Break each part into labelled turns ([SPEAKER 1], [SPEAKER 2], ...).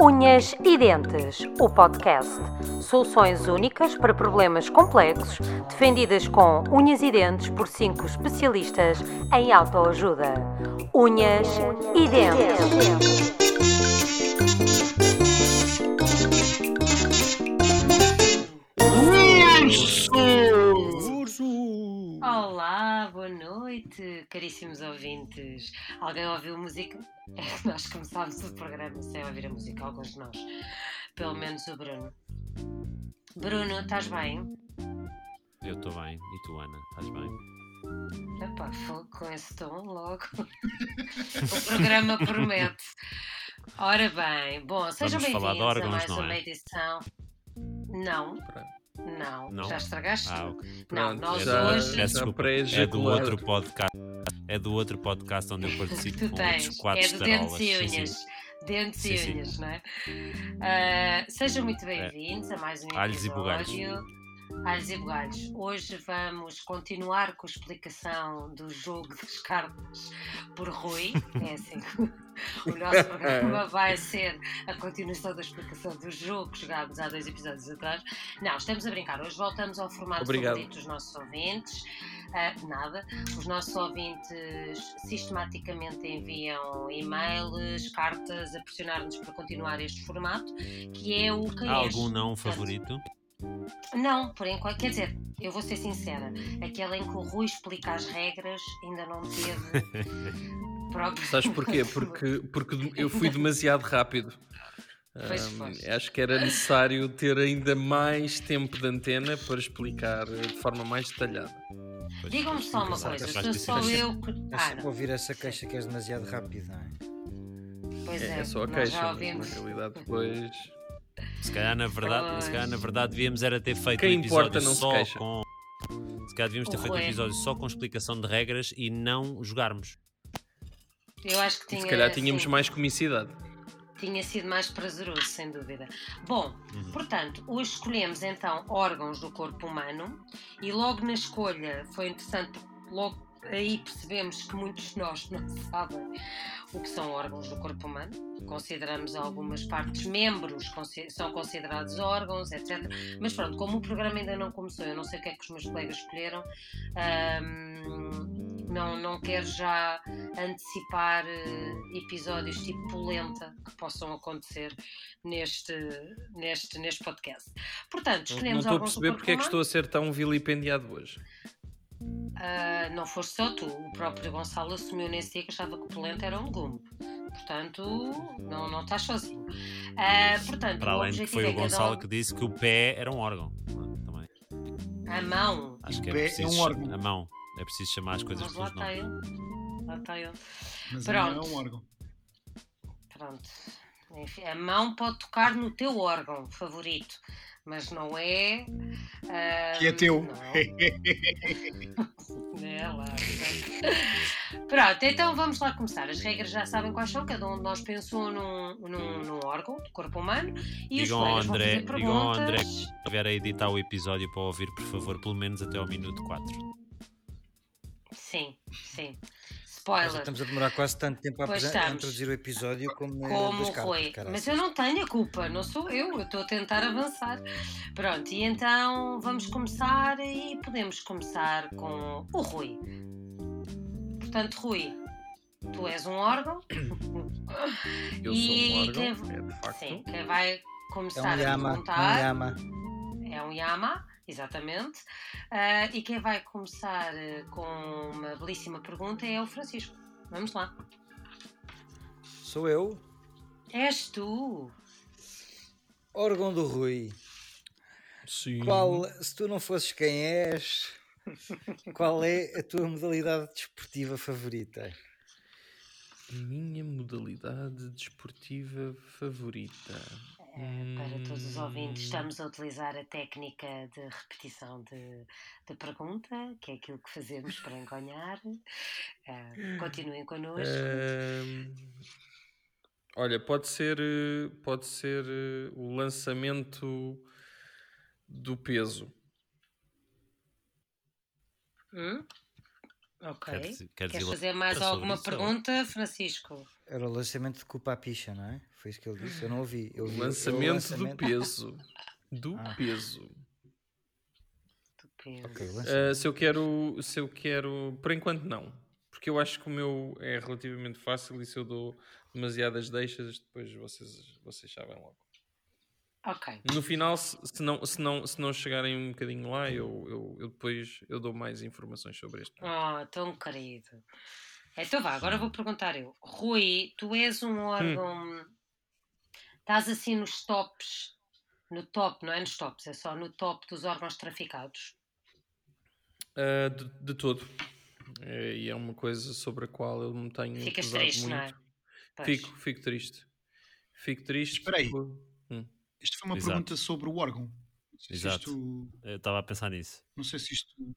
[SPEAKER 1] Unhas e Dentes, o podcast. Soluções únicas para problemas complexos, defendidas com unhas e dentes por cinco especialistas em autoajuda. Unhas e Dentes. Olá, boa noite, caríssimos ouvintes. Alguém ouviu música? Nós começámos o programa sem ouvir a música, alguns de nós. Pelo menos o Bruno. Bruno, estás bem?
[SPEAKER 2] Eu estou bem. E tu, Ana? Estás bem?
[SPEAKER 1] Epá, fogo, com esse tom logo. o programa promete. Ora bem, bom, sejam
[SPEAKER 2] Vamos falar de
[SPEAKER 1] bem-vindos a
[SPEAKER 2] órgãos,
[SPEAKER 1] mais
[SPEAKER 2] não
[SPEAKER 1] uma
[SPEAKER 2] é?
[SPEAKER 1] edição. Não, não,
[SPEAKER 2] Não?
[SPEAKER 1] já estragaste
[SPEAKER 2] Ah,
[SPEAKER 1] tudo.
[SPEAKER 2] ok.
[SPEAKER 1] Não,
[SPEAKER 3] Pronto,
[SPEAKER 1] nós
[SPEAKER 2] já-
[SPEAKER 1] hoje.
[SPEAKER 2] Peço desculpa. É do
[SPEAKER 3] pré-ejaculado.
[SPEAKER 2] outro podcast. É do outro podcast onde eu participo
[SPEAKER 1] Tu
[SPEAKER 2] com
[SPEAKER 1] tens,
[SPEAKER 2] outros quatro
[SPEAKER 1] é de dentes e
[SPEAKER 2] tarolas. Sim,
[SPEAKER 1] unhas.
[SPEAKER 2] sim.
[SPEAKER 1] Dentes e
[SPEAKER 2] Sim, sim.
[SPEAKER 1] unhas, não é? Ah, sejam muito bem-vindos a mais um
[SPEAKER 2] Alhos e bugalhos.
[SPEAKER 1] episódio. Alhos e bugalhos. Hoje vamos continuar com a explicação do jogo das cartas por Rui. É assim que o nosso programa vai ser a continuação da explicação do jogo que jogámos há dois episódios atrás. Não, estamos a brincar. Hoje voltamos ao formato
[SPEAKER 3] Obrigado.
[SPEAKER 1] favorito dos nossos ouvintes. Ah, nada. Os nossos ouvintes sistematicamente enviam e-mails, cartas a pressionar-nos para continuar este formato, que é o que
[SPEAKER 2] Há algum
[SPEAKER 1] este.
[SPEAKER 2] não favorito?
[SPEAKER 1] Não, por enquanto, quer dizer, eu vou ser sincera, aquela em que o Rui explica as regras ainda não teve próprio.
[SPEAKER 3] Sabes porquê? Porque, porque eu fui demasiado rápido.
[SPEAKER 1] Pois
[SPEAKER 3] Ahm,
[SPEAKER 1] foste.
[SPEAKER 3] acho que era necessário ter ainda mais tempo de antena para explicar eh, de forma mais detalhada.
[SPEAKER 2] Pois,
[SPEAKER 1] Digam-me
[SPEAKER 2] pois,
[SPEAKER 1] só uma
[SPEAKER 2] pois,
[SPEAKER 1] coisa,
[SPEAKER 2] acho
[SPEAKER 1] sou
[SPEAKER 2] que
[SPEAKER 1] só
[SPEAKER 2] sim.
[SPEAKER 1] eu que.
[SPEAKER 4] É
[SPEAKER 1] Ah,
[SPEAKER 4] sempre
[SPEAKER 1] não,
[SPEAKER 4] ouvir essa queixa que és demasiado rápido, não é?
[SPEAKER 1] pois
[SPEAKER 3] É,
[SPEAKER 1] é,
[SPEAKER 3] é só a
[SPEAKER 1] nós
[SPEAKER 3] queixa,
[SPEAKER 1] já
[SPEAKER 3] mas
[SPEAKER 1] ouvimos.
[SPEAKER 3] na realidade depois.
[SPEAKER 2] Se calhar, na verdade, se calhar, na verdade, devíamos era ter feito
[SPEAKER 3] Quem
[SPEAKER 2] um episódio
[SPEAKER 3] importa não se
[SPEAKER 2] só
[SPEAKER 3] queixa.
[SPEAKER 2] com. Se calhar devíamos ter
[SPEAKER 1] O
[SPEAKER 2] feito um
[SPEAKER 1] Rui.
[SPEAKER 2] episódio só com explicação de regras e não jogarmos.
[SPEAKER 1] Eu acho que
[SPEAKER 3] E
[SPEAKER 1] tinha. assim.
[SPEAKER 3] se calhar tínhamos
[SPEAKER 1] sim.
[SPEAKER 3] mais comicidade.
[SPEAKER 1] Tinha sido mais prazeroso, sem dúvida. Bom,
[SPEAKER 2] Uhum.
[SPEAKER 1] portanto, hoje escolhemos então órgãos do corpo humano e logo na escolha foi interessante, porque logo aí percebemos que muitos de nós não sabem o que são órgãos do corpo humano. Consideramos algumas partes, membros consi- são considerados órgãos, etc. Mas pronto, como o programa ainda não começou, eu não sei o que é que os meus colegas escolheram, ahm, não, não quero já antecipar eh, episódios tipo polenta que possam acontecer neste, neste, neste podcast. Portanto,
[SPEAKER 3] Não, não
[SPEAKER 1] escolhemos
[SPEAKER 3] estou a
[SPEAKER 1] alguns do
[SPEAKER 3] perceber
[SPEAKER 1] corpo
[SPEAKER 3] porque é que estou
[SPEAKER 1] humano.
[SPEAKER 3] a ser tão vilipendiado hoje.
[SPEAKER 1] Ah, não foste só tu, o próprio Gonçalo assumiu nesse dia que achava que polenta era um legume. Portanto, não, não estás sozinho. Ah, portanto,
[SPEAKER 2] Para
[SPEAKER 1] o
[SPEAKER 2] além de que
[SPEAKER 1] objetivo
[SPEAKER 2] foi
[SPEAKER 1] é
[SPEAKER 2] o
[SPEAKER 1] cada
[SPEAKER 2] Gonçalo
[SPEAKER 1] um-
[SPEAKER 2] que disse que o pé era um órgão. Também.
[SPEAKER 1] A mão.
[SPEAKER 2] Acho
[SPEAKER 4] O
[SPEAKER 2] que é
[SPEAKER 4] pé é
[SPEAKER 2] preciso.
[SPEAKER 4] um
[SPEAKER 2] cham-
[SPEAKER 4] órgão.
[SPEAKER 2] A mão. É preciso chamar as coisas
[SPEAKER 1] Mas lá
[SPEAKER 2] pelos
[SPEAKER 1] está
[SPEAKER 2] nomes.
[SPEAKER 1] ele. Lá está ele.
[SPEAKER 4] Mas
[SPEAKER 1] a mão é Pronto. um
[SPEAKER 4] órgão.
[SPEAKER 1] Pronto. Enfim, a mão pode tocar no teu órgão favorito, mas não é. ah,
[SPEAKER 4] Que é teu.
[SPEAKER 1] Não. É lá, pronto. Pronto, então vamos lá começar. As regras já sabem quais são, cada um de nós pensou num, num, num órgão do corpo humano e
[SPEAKER 2] Digam
[SPEAKER 1] os colegas
[SPEAKER 2] ao
[SPEAKER 1] vão
[SPEAKER 2] André-
[SPEAKER 1] fazer
[SPEAKER 2] digam ao André.
[SPEAKER 1] perguntas.
[SPEAKER 2] Se estiver a editar o episódio para ouvir, por favor, pelo menos até ao minuto 4.
[SPEAKER 1] Sim, sim.
[SPEAKER 4] Nós
[SPEAKER 1] Spoiler.
[SPEAKER 4] estamos a demorar quase tanto tempo a,
[SPEAKER 1] Pois
[SPEAKER 4] apresen- a
[SPEAKER 1] estamos.
[SPEAKER 4] introduzir o episódio como, é
[SPEAKER 1] Como
[SPEAKER 4] das
[SPEAKER 1] Rui.
[SPEAKER 4] cartas, caralho. É Hum.
[SPEAKER 1] Mas eu não tenho a culpa, não sou eu, eu estou a tentar avançar. Pronto, e então vamos começar e podemos começar com o Rui. Portanto, Rui, tu és um órgão.
[SPEAKER 3] Eu
[SPEAKER 1] E
[SPEAKER 3] sou um órgão,
[SPEAKER 1] quem-
[SPEAKER 3] é de facto.
[SPEAKER 1] Sim, quem vai
[SPEAKER 4] É
[SPEAKER 1] começar
[SPEAKER 4] um
[SPEAKER 1] a
[SPEAKER 4] yama, é um
[SPEAKER 1] perguntar
[SPEAKER 4] yama.
[SPEAKER 1] é um Yama, exatamente. Ah, e quem vai começar eh, com uma belíssima pergunta é o Francisco. Vamos lá.
[SPEAKER 4] Sou eu,
[SPEAKER 1] És tu?
[SPEAKER 4] órgão do Rui.
[SPEAKER 3] Sim.
[SPEAKER 4] Qual, se tu não fosses quem és, qual é a tua modalidade desportiva favorita?
[SPEAKER 3] Minha modalidade desportiva favorita.
[SPEAKER 1] É, Para todos os ouvintes,
[SPEAKER 3] Hum.
[SPEAKER 1] estamos a utilizar a técnica de repetição de, de pergunta, que é aquilo que fazemos para enganar. Ah, continuem connosco.
[SPEAKER 2] Eh,
[SPEAKER 3] Ahm, olha, pode ser, eh, pode ser eh, o lançamento do peso.
[SPEAKER 1] Hum? Ok.
[SPEAKER 2] Quer dizer- quer
[SPEAKER 1] Queres
[SPEAKER 2] dizer-
[SPEAKER 1] fazer mais
[SPEAKER 2] sobre
[SPEAKER 1] alguma
[SPEAKER 2] isso,
[SPEAKER 1] pergunta, Francisco?
[SPEAKER 4] Era o lançamento de Cupa à Picha, não é? Foi isso que ele disse. Eu não ouvi. Eu vi o-
[SPEAKER 3] O lançamento,
[SPEAKER 4] o
[SPEAKER 3] do
[SPEAKER 4] lançamento-
[SPEAKER 3] peso. Do
[SPEAKER 4] Ah.
[SPEAKER 3] peso.
[SPEAKER 1] Tu pensa.
[SPEAKER 4] Ok, o lançamento.
[SPEAKER 3] Ah, se eu quero. Se eu quero. Por enquanto não. Porque eu acho que o meu é relativamente fácil e se eu dou demasiadas deixas, depois vocês, vocês sabem logo.
[SPEAKER 1] Ok.
[SPEAKER 3] No final, se se não, se não, se não chegarem um bocadinho lá, eu, eu, eu depois eu dou mais informações sobre este.
[SPEAKER 1] Oh, tão querido. Então vá, agora vou perguntar eu. Rui, tu és
[SPEAKER 2] Hum.
[SPEAKER 1] um órgão. Estás assim nos tops. No top, não é nos tops, é só no top dos órgãos traficados.
[SPEAKER 3] Ah, de, de todo. É, e é uma coisa sobre a qual eu me tenho
[SPEAKER 1] Ficas
[SPEAKER 3] um pesado
[SPEAKER 1] triste,
[SPEAKER 3] muito.
[SPEAKER 1] não é? Pois.
[SPEAKER 3] Fico, fico triste. Fico triste.
[SPEAKER 5] Espera aí.
[SPEAKER 3] por-
[SPEAKER 5] Isto foi uma
[SPEAKER 2] Exato.
[SPEAKER 5] pergunta sobre o órgão. Não sei se
[SPEAKER 2] Exato.
[SPEAKER 5] isto-
[SPEAKER 2] Eu estava a pensar nisso.
[SPEAKER 5] não sei se isto. Não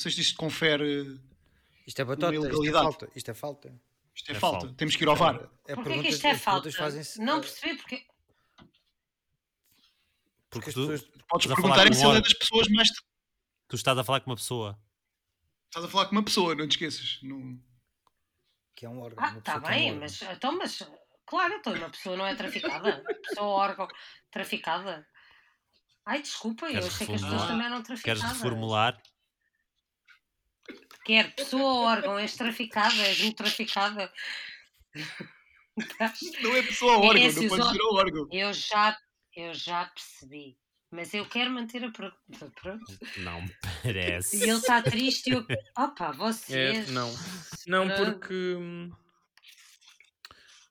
[SPEAKER 5] sei se isto confere.
[SPEAKER 3] Eh,
[SPEAKER 4] Isto é batota, isto é
[SPEAKER 5] ilegalidade.
[SPEAKER 4] falta. Isto é falta.
[SPEAKER 5] Isto é,
[SPEAKER 2] É
[SPEAKER 5] falta.
[SPEAKER 2] falta.
[SPEAKER 5] Temos que ir ao VAR.
[SPEAKER 1] Porquê
[SPEAKER 4] É perguntas-
[SPEAKER 1] que isto é
[SPEAKER 4] as perguntas
[SPEAKER 1] falta?
[SPEAKER 4] fazem-se-
[SPEAKER 1] Não
[SPEAKER 4] eh,
[SPEAKER 1] percebi porque.
[SPEAKER 2] Porque
[SPEAKER 4] as
[SPEAKER 2] tu,
[SPEAKER 4] pessoas-
[SPEAKER 5] Podes
[SPEAKER 2] Estás a falar
[SPEAKER 5] perguntar é
[SPEAKER 2] com
[SPEAKER 5] se
[SPEAKER 2] o
[SPEAKER 5] ele é
[SPEAKER 2] órgão.
[SPEAKER 5] das pessoas mais.
[SPEAKER 2] tu estás a falar com uma pessoa.
[SPEAKER 5] Estás a falar com uma pessoa, não te esqueças. Não...
[SPEAKER 4] que é um órgão.
[SPEAKER 1] Ah,
[SPEAKER 4] uma
[SPEAKER 1] está
[SPEAKER 4] pessoa que é um
[SPEAKER 1] bem,
[SPEAKER 4] órgão.
[SPEAKER 1] mas. Então, mas. Claro, então, uma pessoa não é traficada. Uma pessoa órgão traficada. Ai, desculpa, eu
[SPEAKER 2] Queres
[SPEAKER 1] achei que as pessoas
[SPEAKER 2] reformular?
[SPEAKER 1] também eram
[SPEAKER 2] Queres
[SPEAKER 1] traficadas.
[SPEAKER 2] reformular?
[SPEAKER 1] Quer pessoa ou órgão, és traficada, és muito traficada.
[SPEAKER 5] não é pessoa ao órgão,
[SPEAKER 1] Esses
[SPEAKER 5] não podes ir ao órgão.
[SPEAKER 1] Eu já, eu já percebi. Mas eu quero manter a pergunta. Pronto.
[SPEAKER 2] Não me
[SPEAKER 1] E
[SPEAKER 2] parece.
[SPEAKER 1] ele está triste e eu. Opa, vocês.
[SPEAKER 3] É, não. Não,
[SPEAKER 1] Pronto.
[SPEAKER 3] porque. hum,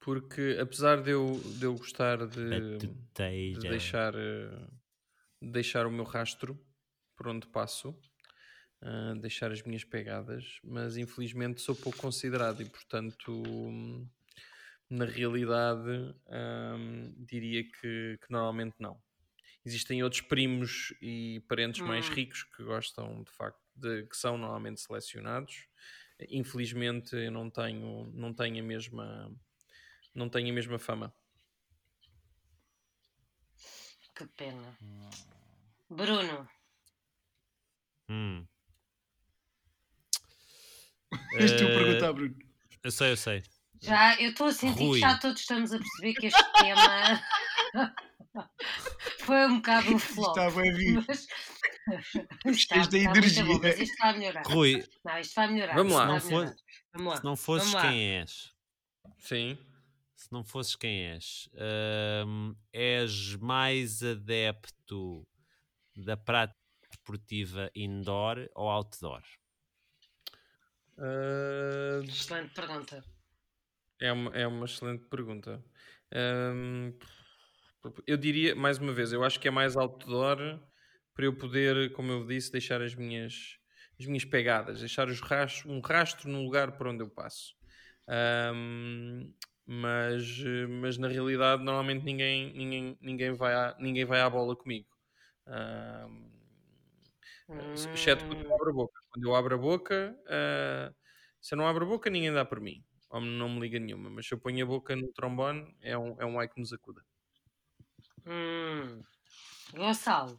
[SPEAKER 3] Porque apesar de eu, de eu gostar de, de
[SPEAKER 2] Batuteira.
[SPEAKER 3] deixar, eh, de deixar o meu rastro por onde passo, ah, deixar as minhas pegadas, mas infelizmente sou pouco considerado e, portanto, hum, na realidade, hum, diria que, que normalmente não. Existem outros primos e parentes mais
[SPEAKER 1] Hum.
[SPEAKER 3] ricos que gostam de facto de que são normalmente selecionados. Infelizmente eu não tenho, não tenho a mesma não tenho a mesma fama.
[SPEAKER 1] Que pena. Bruno,
[SPEAKER 2] Hum.
[SPEAKER 5] Tens de te o
[SPEAKER 2] Eh,
[SPEAKER 5] perguntar, Bruno.
[SPEAKER 2] Eu sei, eu sei.
[SPEAKER 1] já, eu estou a sentir que
[SPEAKER 2] Rui.
[SPEAKER 1] já todos estamos a perceber que este tema foi um bocado um flop.
[SPEAKER 5] Está bem vindo.
[SPEAKER 1] Mas...
[SPEAKER 5] Gostei da
[SPEAKER 1] muito
[SPEAKER 5] energia. né?
[SPEAKER 1] bom, mas isto vai melhorar.
[SPEAKER 2] Rui,
[SPEAKER 1] Não, isto vai melhorar.
[SPEAKER 3] Vamos
[SPEAKER 1] isto
[SPEAKER 3] lá.
[SPEAKER 1] vai
[SPEAKER 2] Se não for-
[SPEAKER 1] melhorar. Vamos lá.
[SPEAKER 2] se não fosses
[SPEAKER 1] Vamos lá.
[SPEAKER 2] quem és,
[SPEAKER 3] Sim.
[SPEAKER 2] se não fosses quem és, hum, és mais adepto da prática desportiva indoor ou outdoor?
[SPEAKER 3] Ah,
[SPEAKER 1] Excelente pergunta.
[SPEAKER 3] É uma, é uma excelente pergunta. Ahm, eu diria, mais uma vez, eu acho que é mais outdoor para eu poder, como eu disse, deixar as minhas, as minhas pegadas, deixar os ras- um rastro no lugar por onde eu passo. Ahm, mas, eh, mas na realidade, normalmente ninguém, ninguém, ninguém, vai, à, ninguém vai à bola comigo. Ahm, Exceto quando eu abro a boca. Quando eu abro a boca, ah, se eu não abro a boca, ninguém dá por mim. Ou não me liga nenhuma. Mas se eu ponho a boca no trombone, é um, é um ai que nos acuda.
[SPEAKER 1] Hum. Gonçalo,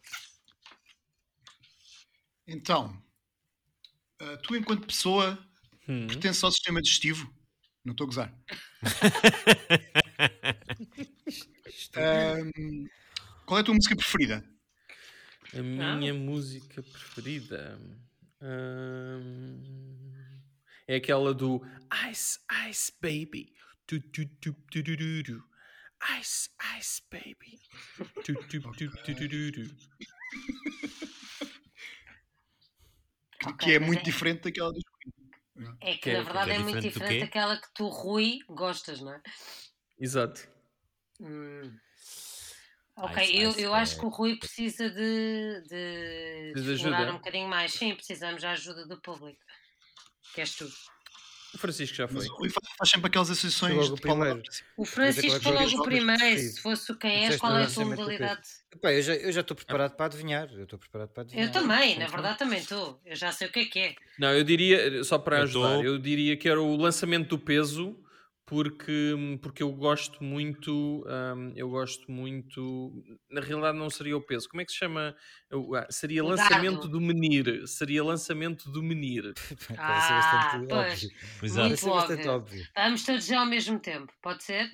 [SPEAKER 5] Então, ah, tu, enquanto pessoa,
[SPEAKER 3] Hum.
[SPEAKER 5] pertences ao sistema digestivo? Não estou a gozar. Ahm, qual é a tua música preferida?
[SPEAKER 3] A minha música preferida ahm, é aquela do Ice Ice Baby. Tu, tu, tu, tu, tu, tu, tu. Ice Ice Baby. Tu, tu, tu, tu, tu, tu, tu.
[SPEAKER 5] Que,
[SPEAKER 1] Ok,
[SPEAKER 5] que é
[SPEAKER 1] mas
[SPEAKER 5] muito
[SPEAKER 1] é-
[SPEAKER 5] diferente daquela dos Queen.
[SPEAKER 1] é que
[SPEAKER 3] Que é-
[SPEAKER 1] na verdade
[SPEAKER 2] que é
[SPEAKER 1] é muito
[SPEAKER 2] diferente do
[SPEAKER 1] diferente
[SPEAKER 2] quê?
[SPEAKER 1] daquela que tu, Rui, gostas, não é?
[SPEAKER 3] Exato.
[SPEAKER 1] Hum. Ok,
[SPEAKER 2] Ice,
[SPEAKER 1] eu,
[SPEAKER 2] ice,
[SPEAKER 1] eu acho
[SPEAKER 2] é.
[SPEAKER 1] que o Rui precisa de, de,
[SPEAKER 3] Precisa de
[SPEAKER 1] explorar
[SPEAKER 3] ajuda.
[SPEAKER 1] um bocadinho mais. Sim, precisamos da ajuda do público. Queres tu?
[SPEAKER 3] O Francisco já foi.
[SPEAKER 5] Mas o Rui faz, faz sempre aquelas
[SPEAKER 4] Foi
[SPEAKER 5] associações
[SPEAKER 4] logo
[SPEAKER 5] de
[SPEAKER 4] o primeiro.
[SPEAKER 5] palavras.
[SPEAKER 1] O
[SPEAKER 4] qual é
[SPEAKER 1] Francisco
[SPEAKER 4] que
[SPEAKER 1] foi
[SPEAKER 4] é o
[SPEAKER 1] logo o
[SPEAKER 5] jogo
[SPEAKER 1] primeiro.
[SPEAKER 4] preferido?
[SPEAKER 1] Se fosse o quem és,
[SPEAKER 4] Disseste
[SPEAKER 1] qual é a tua
[SPEAKER 4] lançamento do peso.
[SPEAKER 1] modalidade?
[SPEAKER 4] Epá, eu já eu já estou preparado para adivinhar. Eu estou preparado para adivinhar.
[SPEAKER 1] Eu também, na
[SPEAKER 4] Então,
[SPEAKER 1] verdade também estou. Eu já sei o que é que é.
[SPEAKER 3] Não, eu diria, só para
[SPEAKER 2] Eu
[SPEAKER 3] ajudar,
[SPEAKER 2] tô-
[SPEAKER 3] eu diria que era o lançamento do peso, porque, porque eu gosto muito, hum, eu gosto muito, na realidade não seria o peso, como é que se chama? Eu- ah, seria
[SPEAKER 1] O
[SPEAKER 3] lançamento
[SPEAKER 1] dardo.
[SPEAKER 3] do menir, seria lançamento do menir.
[SPEAKER 4] Parece
[SPEAKER 1] Ah,
[SPEAKER 4] bastante
[SPEAKER 1] pois.
[SPEAKER 4] óbvio.
[SPEAKER 2] Exato.
[SPEAKER 4] Parece bastante
[SPEAKER 1] óbvio.
[SPEAKER 4] óbvio.
[SPEAKER 1] Vamos todos já ao mesmo tempo, pode ser?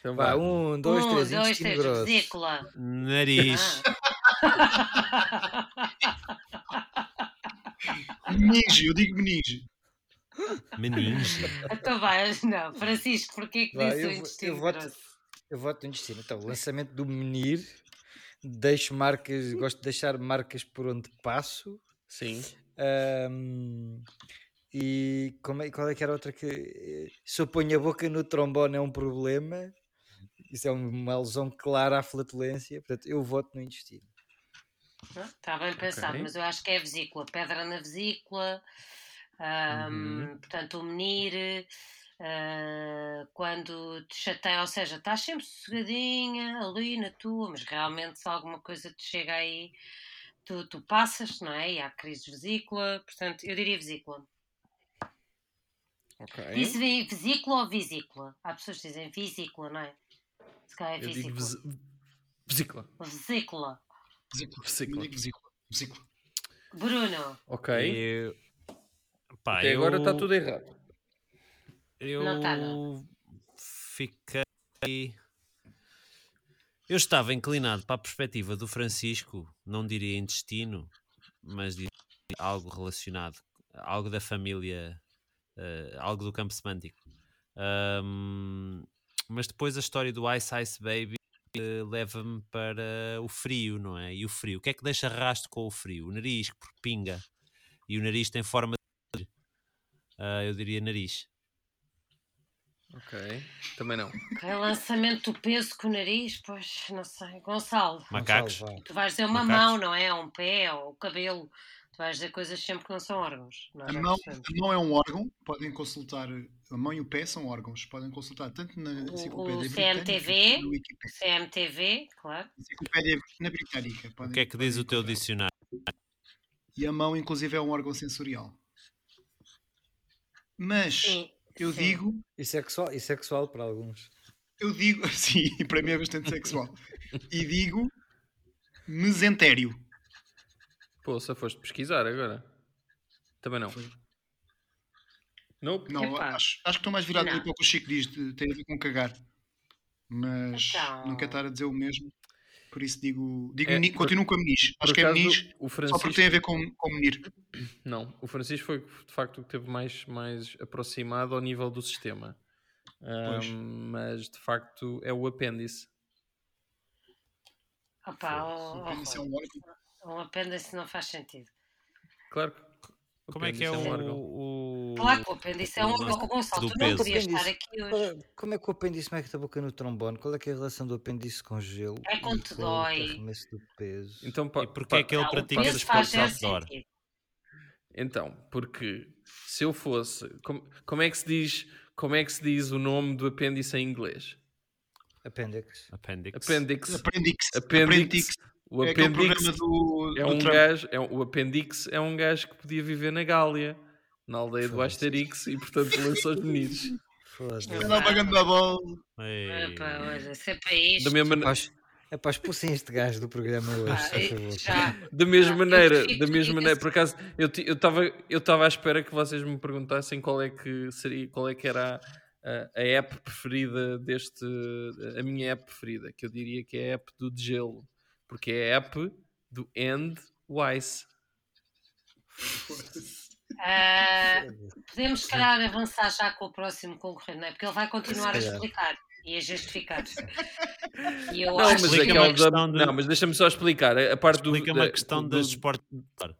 [SPEAKER 3] Então
[SPEAKER 4] Vá,
[SPEAKER 3] vá.
[SPEAKER 4] um, dois,
[SPEAKER 1] um,
[SPEAKER 4] três,
[SPEAKER 1] dois,
[SPEAKER 4] intestino
[SPEAKER 1] três,
[SPEAKER 4] grosso.
[SPEAKER 1] vesícula.
[SPEAKER 2] Nariz.
[SPEAKER 1] Ah.
[SPEAKER 5] Meninge, eu digo meninge.
[SPEAKER 2] Meninge.
[SPEAKER 1] então vai, não. Francisco, porquê é que
[SPEAKER 4] Vá,
[SPEAKER 1] disse
[SPEAKER 4] eu
[SPEAKER 1] o
[SPEAKER 4] vo-
[SPEAKER 1] intestino
[SPEAKER 4] eu voto-
[SPEAKER 1] grosso?
[SPEAKER 4] Eu voto no intestino. Então, lançamento do Menir. Deixo marcas, gosto de deixar marcas por onde passo.
[SPEAKER 3] Sim.
[SPEAKER 4] Ahm, e como é- qual é que era a outra que. eh, Se eu ponho a boca no trombone é um problema. Isso é uma alusão clara à flatulência. Portanto, eu voto no intestino.
[SPEAKER 1] Está Tá bem pensado,
[SPEAKER 3] Ok.
[SPEAKER 1] mas eu acho que é vesícula. Pedra na vesícula, ahm,
[SPEAKER 3] Uhum.
[SPEAKER 1] portanto, o menir, ah, quando te chateia, ou seja, estás sempre sossegadinha ali na tua, mas realmente se alguma coisa te chega aí, tu, tu passas, não é? E há crise de vesícula, portanto, eu diria vesícula.
[SPEAKER 3] Ok.
[SPEAKER 1] Disse ve- vesícula ou vesícula? Há pessoas que dizem vesícula, não é? Se calhar é
[SPEAKER 3] Eu digo
[SPEAKER 1] vesícula.
[SPEAKER 3] vesi- vesícula.
[SPEAKER 1] Vesícula.
[SPEAKER 5] Vesícula.
[SPEAKER 3] Vesícula.
[SPEAKER 5] Eu digo vesícula. Vesícula.
[SPEAKER 1] Bruno,
[SPEAKER 3] Ok.
[SPEAKER 2] Eu... Pá,
[SPEAKER 3] Até
[SPEAKER 2] eu...
[SPEAKER 3] agora está tudo errado.
[SPEAKER 2] Eu
[SPEAKER 1] Não tá,
[SPEAKER 2] fiquei. Eu estava inclinado para a perspectiva do Francisco, não diria intestino, mas diria algo relacionado, algo da família, eh, algo do campo semântico. Ahm, mas depois a história do Ice Ice Baby eh, leva-me para o frio, não é? E o frio, o que é que deixa rastro com o frio? O nariz, que pinga. E o nariz tem forma de. Ah, eu diria nariz.
[SPEAKER 3] Ok. Também não.
[SPEAKER 1] relançamento do peso com o nariz, pois não sei. Gonçalo,
[SPEAKER 2] Macacos?
[SPEAKER 4] Gonçalo, vá.
[SPEAKER 1] tu vais dizer uma
[SPEAKER 2] Macacos.
[SPEAKER 1] mão, não é? Ou um pé, ou o cabelo. Tu vais dizer coisas sempre que não são órgãos. Nós
[SPEAKER 5] A
[SPEAKER 1] já
[SPEAKER 5] mão,
[SPEAKER 1] percebemos.
[SPEAKER 5] a mão é um órgão, podem consultar. A mão e o pé são órgãos, podem consultar tanto na
[SPEAKER 1] o
[SPEAKER 5] enciclopédia
[SPEAKER 1] CMTV.
[SPEAKER 5] britânica, no Wikipedia,
[SPEAKER 1] CMTV, claro.
[SPEAKER 5] enciclopédia na britânica.
[SPEAKER 2] O
[SPEAKER 5] podem-
[SPEAKER 2] que é que diz
[SPEAKER 5] podem
[SPEAKER 2] o teu
[SPEAKER 5] encontrar.
[SPEAKER 2] dicionário?
[SPEAKER 5] E a mão, inclusive, é um órgão sensorial. Mas
[SPEAKER 1] Sim.
[SPEAKER 5] eu
[SPEAKER 1] sim.
[SPEAKER 5] digo
[SPEAKER 4] E sexual, e sexual para alguns.
[SPEAKER 5] Eu digo, sim, para mim é bastante sexual. E digo mesentério.
[SPEAKER 3] Pô, só foste pesquisar agora. Também não.
[SPEAKER 5] Foi.
[SPEAKER 3] Nope.
[SPEAKER 5] Não,
[SPEAKER 1] Epá.
[SPEAKER 5] acho, acho que estou mais virado
[SPEAKER 1] Não.
[SPEAKER 5] para o que o Chico diz, de- tem a ver com cagar. Mas
[SPEAKER 1] Então.
[SPEAKER 5] não quero estar a dizer o mesmo, por isso digo. digo
[SPEAKER 3] É,
[SPEAKER 5] meni-
[SPEAKER 3] por-
[SPEAKER 5] continuo com a menis. Acho
[SPEAKER 3] Por
[SPEAKER 5] que é
[SPEAKER 3] acaso,
[SPEAKER 5] menis,
[SPEAKER 3] o
[SPEAKER 5] só
[SPEAKER 3] Francisco
[SPEAKER 5] porque tem a ver com, com menir.
[SPEAKER 3] Não, o Francisco foi de facto o que teve mais, mais aproximado ao nível do sistema. Ahm,
[SPEAKER 5] Pois.
[SPEAKER 3] mas de facto é o apêndice.
[SPEAKER 1] Opa, o-
[SPEAKER 5] Depende se é um órgão.
[SPEAKER 1] um apêndice não faz sentido.
[SPEAKER 3] Claro que. o
[SPEAKER 2] Como é que
[SPEAKER 3] apêndice
[SPEAKER 2] é
[SPEAKER 3] um
[SPEAKER 2] o.
[SPEAKER 3] órgão.
[SPEAKER 2] o-
[SPEAKER 1] Claro que o apêndice é um
[SPEAKER 2] o
[SPEAKER 1] órgão.
[SPEAKER 2] lance
[SPEAKER 1] Gonçalo,
[SPEAKER 2] do
[SPEAKER 1] tu não
[SPEAKER 2] peso.
[SPEAKER 1] podias estar
[SPEAKER 4] Apêndice.
[SPEAKER 1] aqui hoje.
[SPEAKER 4] Ora, Como é que o apêndice mete a boca no trombone? Qual é que é a relação do apêndice com gelo?
[SPEAKER 1] É
[SPEAKER 4] e
[SPEAKER 1] quando te
[SPEAKER 4] com o
[SPEAKER 1] dói.
[SPEAKER 4] arremesso do peso.
[SPEAKER 3] Então, pa-
[SPEAKER 2] E porquê
[SPEAKER 3] pa-
[SPEAKER 2] é que ele
[SPEAKER 1] Não, o
[SPEAKER 2] pratica
[SPEAKER 1] peso
[SPEAKER 2] esse
[SPEAKER 1] faz
[SPEAKER 2] processo
[SPEAKER 1] zero
[SPEAKER 2] de dor.
[SPEAKER 1] sentido.
[SPEAKER 3] Então, porque se eu fosse. Como, como, é que se diz, como é que se diz o nome do apêndice em inglês?
[SPEAKER 4] Apêndex.
[SPEAKER 2] Appendix. É
[SPEAKER 3] Apêndice.
[SPEAKER 5] Apêndice.
[SPEAKER 3] Apêndice.
[SPEAKER 2] um
[SPEAKER 3] O
[SPEAKER 5] É aquele
[SPEAKER 3] apêndice
[SPEAKER 5] programa do,
[SPEAKER 3] é
[SPEAKER 5] do
[SPEAKER 3] um
[SPEAKER 5] Trump.
[SPEAKER 3] gajo, é um- o apêndice é um gajo que podia viver na Gália, na aldeia do Asterix, e portanto lançou os meninos.
[SPEAKER 4] Foda-se.
[SPEAKER 5] Ele é dá uma grande bola.
[SPEAKER 2] Ei.
[SPEAKER 1] Epá, olha, se é para isto.
[SPEAKER 3] Da mesma,
[SPEAKER 4] Pá, É pá, expulsem este gajo do programa
[SPEAKER 2] é
[SPEAKER 4] hoje,
[SPEAKER 1] pá, é
[SPEAKER 4] se
[SPEAKER 2] assim,
[SPEAKER 4] faz favor.
[SPEAKER 1] já.
[SPEAKER 3] Da mesma
[SPEAKER 1] Ah, eu
[SPEAKER 3] maneira,
[SPEAKER 1] fico-
[SPEAKER 3] da mesma
[SPEAKER 1] fico
[SPEAKER 3] maneira,
[SPEAKER 1] assim.
[SPEAKER 3] por acaso, eu ti- eu estava eu tava à espera que vocês me perguntassem qual é que seria, qual é que era a, a- a app preferida deste, a minha app preferida, que eu diria que é a app do de gelo, porque é a app do End Wise.
[SPEAKER 1] Ah, podemos, se calhar, avançar já com o próximo concorrente, não é? Porque ele vai continuar a
[SPEAKER 4] Se calhar.
[SPEAKER 1] explicar e a justificar-se. E eu
[SPEAKER 3] Não,
[SPEAKER 1] acho
[SPEAKER 3] mas,
[SPEAKER 1] que
[SPEAKER 2] Explica-me
[SPEAKER 3] aquela
[SPEAKER 2] a
[SPEAKER 3] da-
[SPEAKER 2] questão de-
[SPEAKER 3] não, mas deixa-me só explicar a, a parte do
[SPEAKER 2] Explica-me
[SPEAKER 3] da-
[SPEAKER 2] a questão
[SPEAKER 3] do-
[SPEAKER 2] das
[SPEAKER 3] do-
[SPEAKER 2] desportos outdoor,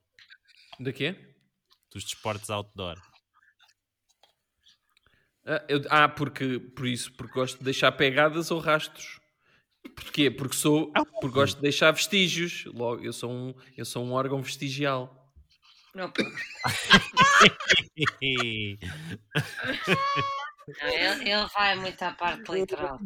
[SPEAKER 3] da quê?
[SPEAKER 2] dos desportos outdoor.
[SPEAKER 3] Ah, eu- ah, porque por isso, porque gosto de deixar pegadas ou rastros. Porquê? Porque sou, porque gosto de deixar vestígios. Logo, eu sou um, eu sou um órgão vestigial.
[SPEAKER 1] não, pô,
[SPEAKER 3] é
[SPEAKER 2] Ei.
[SPEAKER 1] não, é? ele, ele vai muito à parte literal.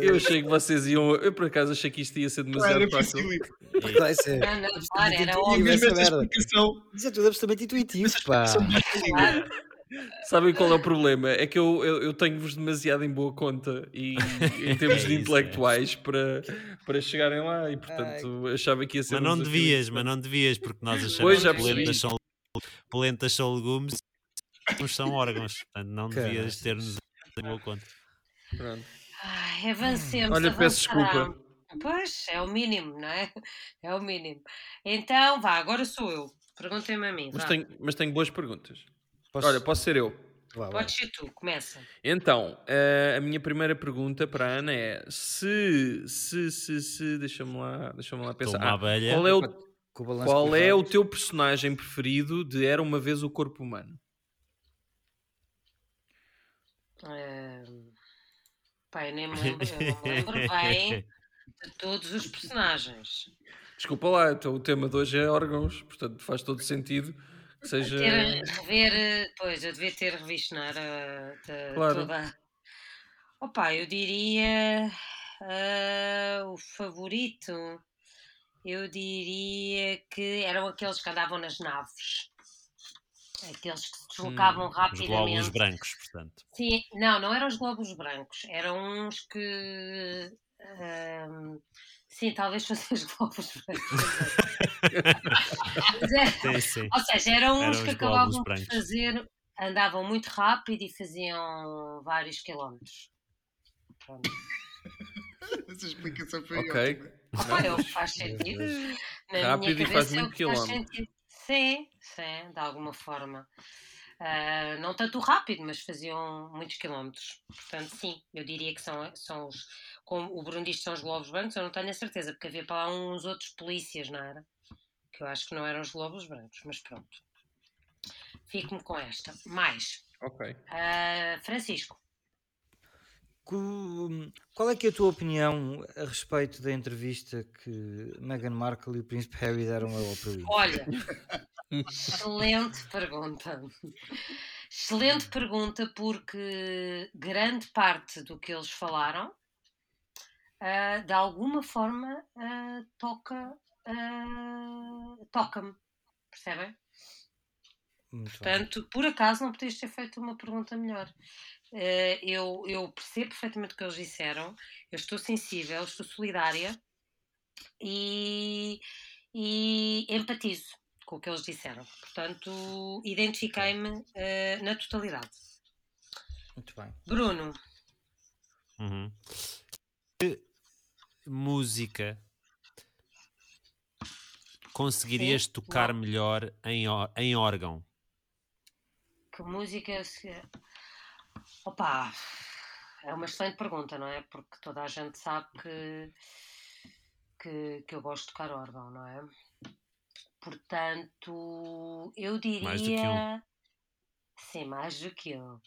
[SPEAKER 3] Eu achei que vocês iam, eu por acaso achei que isto ia ser demasiado
[SPEAKER 5] Era
[SPEAKER 3] é fácil.
[SPEAKER 5] facilíssimo.
[SPEAKER 4] Vai ser.
[SPEAKER 3] É,
[SPEAKER 1] Não, não, claro, era
[SPEAKER 5] E
[SPEAKER 1] óbvio.
[SPEAKER 5] mesmo
[SPEAKER 4] Essa
[SPEAKER 5] esta
[SPEAKER 4] merda.
[SPEAKER 5] explicação.
[SPEAKER 4] Isso é tudo absolutamente intuitivo, pá.
[SPEAKER 5] são mais-
[SPEAKER 1] claro.
[SPEAKER 3] Sabem qual é o problema? É que eu, eu, eu tenho-vos demasiado em boa conta e em
[SPEAKER 2] É
[SPEAKER 3] termos
[SPEAKER 2] isso,
[SPEAKER 3] de
[SPEAKER 2] é.
[SPEAKER 3] intelectuais para, para chegarem lá e portanto achava que ia ser.
[SPEAKER 2] Mas
[SPEAKER 3] um
[SPEAKER 2] não
[SPEAKER 3] desafio.
[SPEAKER 2] devias, mas não devias, porque nós
[SPEAKER 3] Pois,
[SPEAKER 2] achamos
[SPEAKER 3] já
[SPEAKER 2] que polentas
[SPEAKER 3] percebi.
[SPEAKER 2] são, polentas são legumes e são órgãos. Portanto, não devias ter-nos em boa conta.
[SPEAKER 3] Pronto.
[SPEAKER 1] Ai, avancemos.
[SPEAKER 3] Olha, peço
[SPEAKER 1] avançará.
[SPEAKER 3] desculpa.
[SPEAKER 1] Pois, é o mínimo, não é? É o mínimo. Então, vá, agora sou eu. Perguntem-me a mim.
[SPEAKER 3] Mas
[SPEAKER 1] vá.
[SPEAKER 3] tenho, mas tenho boas perguntas.
[SPEAKER 4] Posso-
[SPEAKER 3] Olha, posso ser eu.
[SPEAKER 4] Vá, vá.
[SPEAKER 1] Podes ser tu, começa.
[SPEAKER 3] Então, eh, a minha primeira pergunta para a Ana é se, se, se, se, deixa-me lá, deixa-me lá pensar.
[SPEAKER 2] uma
[SPEAKER 3] Ah,
[SPEAKER 2] abelha.
[SPEAKER 3] qual é o,
[SPEAKER 4] Com o balanço
[SPEAKER 3] qual é o
[SPEAKER 4] curvado.
[SPEAKER 3] teu personagem preferido de Era Uma Vez o Corpo Humano?
[SPEAKER 1] Ahm, Pá, eu nem me lembro, eu não me lembro bem de todos os personagens.
[SPEAKER 3] Desculpa lá, então o tema de hoje é órgãos, portanto faz todo sentido que seja...
[SPEAKER 1] Ter, rever, eh, pois, eu devia ter revisto, não era? De,
[SPEAKER 3] Claro.
[SPEAKER 1] toda... Opa, eu diria ah, o favorito, eu diria que eram aqueles que andavam nas naves. Aqueles que se deslocavam
[SPEAKER 2] Os
[SPEAKER 1] rapidamente.
[SPEAKER 2] glóbulos brancos, portanto.
[SPEAKER 1] Sim, não, não eram os globos brancos, eram uns que. ahm, sim, talvez fossem os globos brancos. é. Mas é, era-
[SPEAKER 2] Sim, sim.
[SPEAKER 1] ou seja, eram uns
[SPEAKER 2] Eram
[SPEAKER 1] que
[SPEAKER 2] os globos
[SPEAKER 1] acabavam por
[SPEAKER 2] brancos.
[SPEAKER 1] fazer, andavam muito rápido e faziam vários quilómetros. Pronto.
[SPEAKER 5] Essa explicação foi
[SPEAKER 3] Ok.
[SPEAKER 5] ótima.
[SPEAKER 1] Opa,
[SPEAKER 3] Não,
[SPEAKER 1] é o que faz
[SPEAKER 4] Meu
[SPEAKER 1] sentido.
[SPEAKER 4] Deus.
[SPEAKER 1] Na
[SPEAKER 3] Rápido e
[SPEAKER 1] minha
[SPEAKER 3] faz
[SPEAKER 1] cabeça é o
[SPEAKER 3] muito
[SPEAKER 1] que faz
[SPEAKER 3] quilómetro.
[SPEAKER 1] sentido. Sim, sim, de alguma forma. Ah, não tanto rápido, mas faziam muitos quilómetros. Portanto, sim, eu diria que são, são os. Como o Bruno diz que são os Globos Brancos, eu não tenho a certeza, porque havia para lá uns outros polícias na área, que eu acho que não eram os Globos Brancos, mas pronto. Fico-me com esta. Mais,
[SPEAKER 3] Ok.
[SPEAKER 1] ah, Francisco,
[SPEAKER 4] Co- Qual é que é a tua opinião a respeito da entrevista que Meghan Markle e o Príncipe Harry deram ao Oprah
[SPEAKER 1] olha, excelente pergunta. Excelente pergunta, porque grande parte do que eles falaram, ah, de alguma forma, ah, toca, ah, toca-me. Percebem?
[SPEAKER 4] Winfrey?
[SPEAKER 1] Portanto, por acaso não podias ter feito uma pergunta melhor. Eh, eu, eu percebo perfeitamente o que eles disseram, eu estou sensível, estou solidária e, e empatizo com o que eles disseram. Portanto, identifiquei-me eh, na totalidade.
[SPEAKER 4] Muito bem.
[SPEAKER 1] Bruno,
[SPEAKER 2] Uhum. Que música conseguirias tocar melhor em, ó- em órgão?
[SPEAKER 1] que música. se- Opa! É uma excelente pergunta, não é? Porque toda a gente sabe que, que, que eu gosto de tocar órgão, não é? Portanto, eu diria.
[SPEAKER 2] Mais do que um.
[SPEAKER 1] Sim, mais do que eu.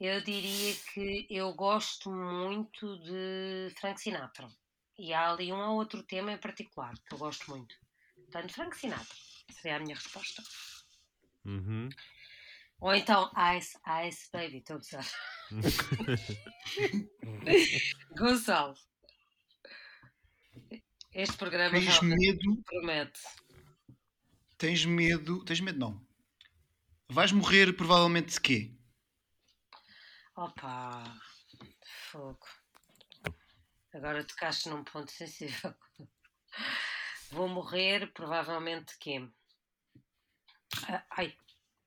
[SPEAKER 1] Eu diria que eu gosto muito de Frank Sinatra. E há ali um ou outro tema em particular que eu gosto muito. Portanto, Frank Sinatra seria a minha resposta.
[SPEAKER 2] Uhum.
[SPEAKER 1] Ou então Ice, Ice Baby, estou a usar. Gonçalo. Este programa
[SPEAKER 5] Tens
[SPEAKER 1] realmente
[SPEAKER 5] medo,
[SPEAKER 1] promete.
[SPEAKER 5] tens medo, tens medo não. Vais morrer provavelmente de quê?
[SPEAKER 1] Opa! Fogo. Agora tocaste num ponto sensível. Vou morrer, provavelmente de quê? Ah, ai,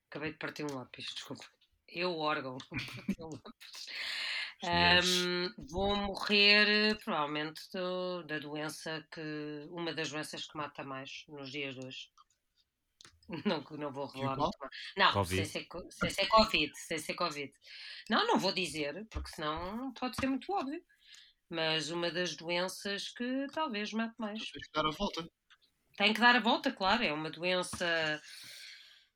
[SPEAKER 1] acabei de partir um lápis, desculpa. Eu, o órgão, parti um lápis. Ahm, Um, vou morrer, provavelmente, do- da doença que. Uma das doenças que mata mais nos dias de hoje. Não, não vou revelar
[SPEAKER 5] qual?
[SPEAKER 1] muito mais. Não,
[SPEAKER 2] Covid.
[SPEAKER 1] sem ser, co- sem ser Covid, sem ser Covid. Não, não vou dizer, porque senão pode ser muito óbvio. Mas uma das doenças que talvez mate mais.
[SPEAKER 5] Tens que dar a volta.
[SPEAKER 1] Tem que dar a volta, claro. É uma doença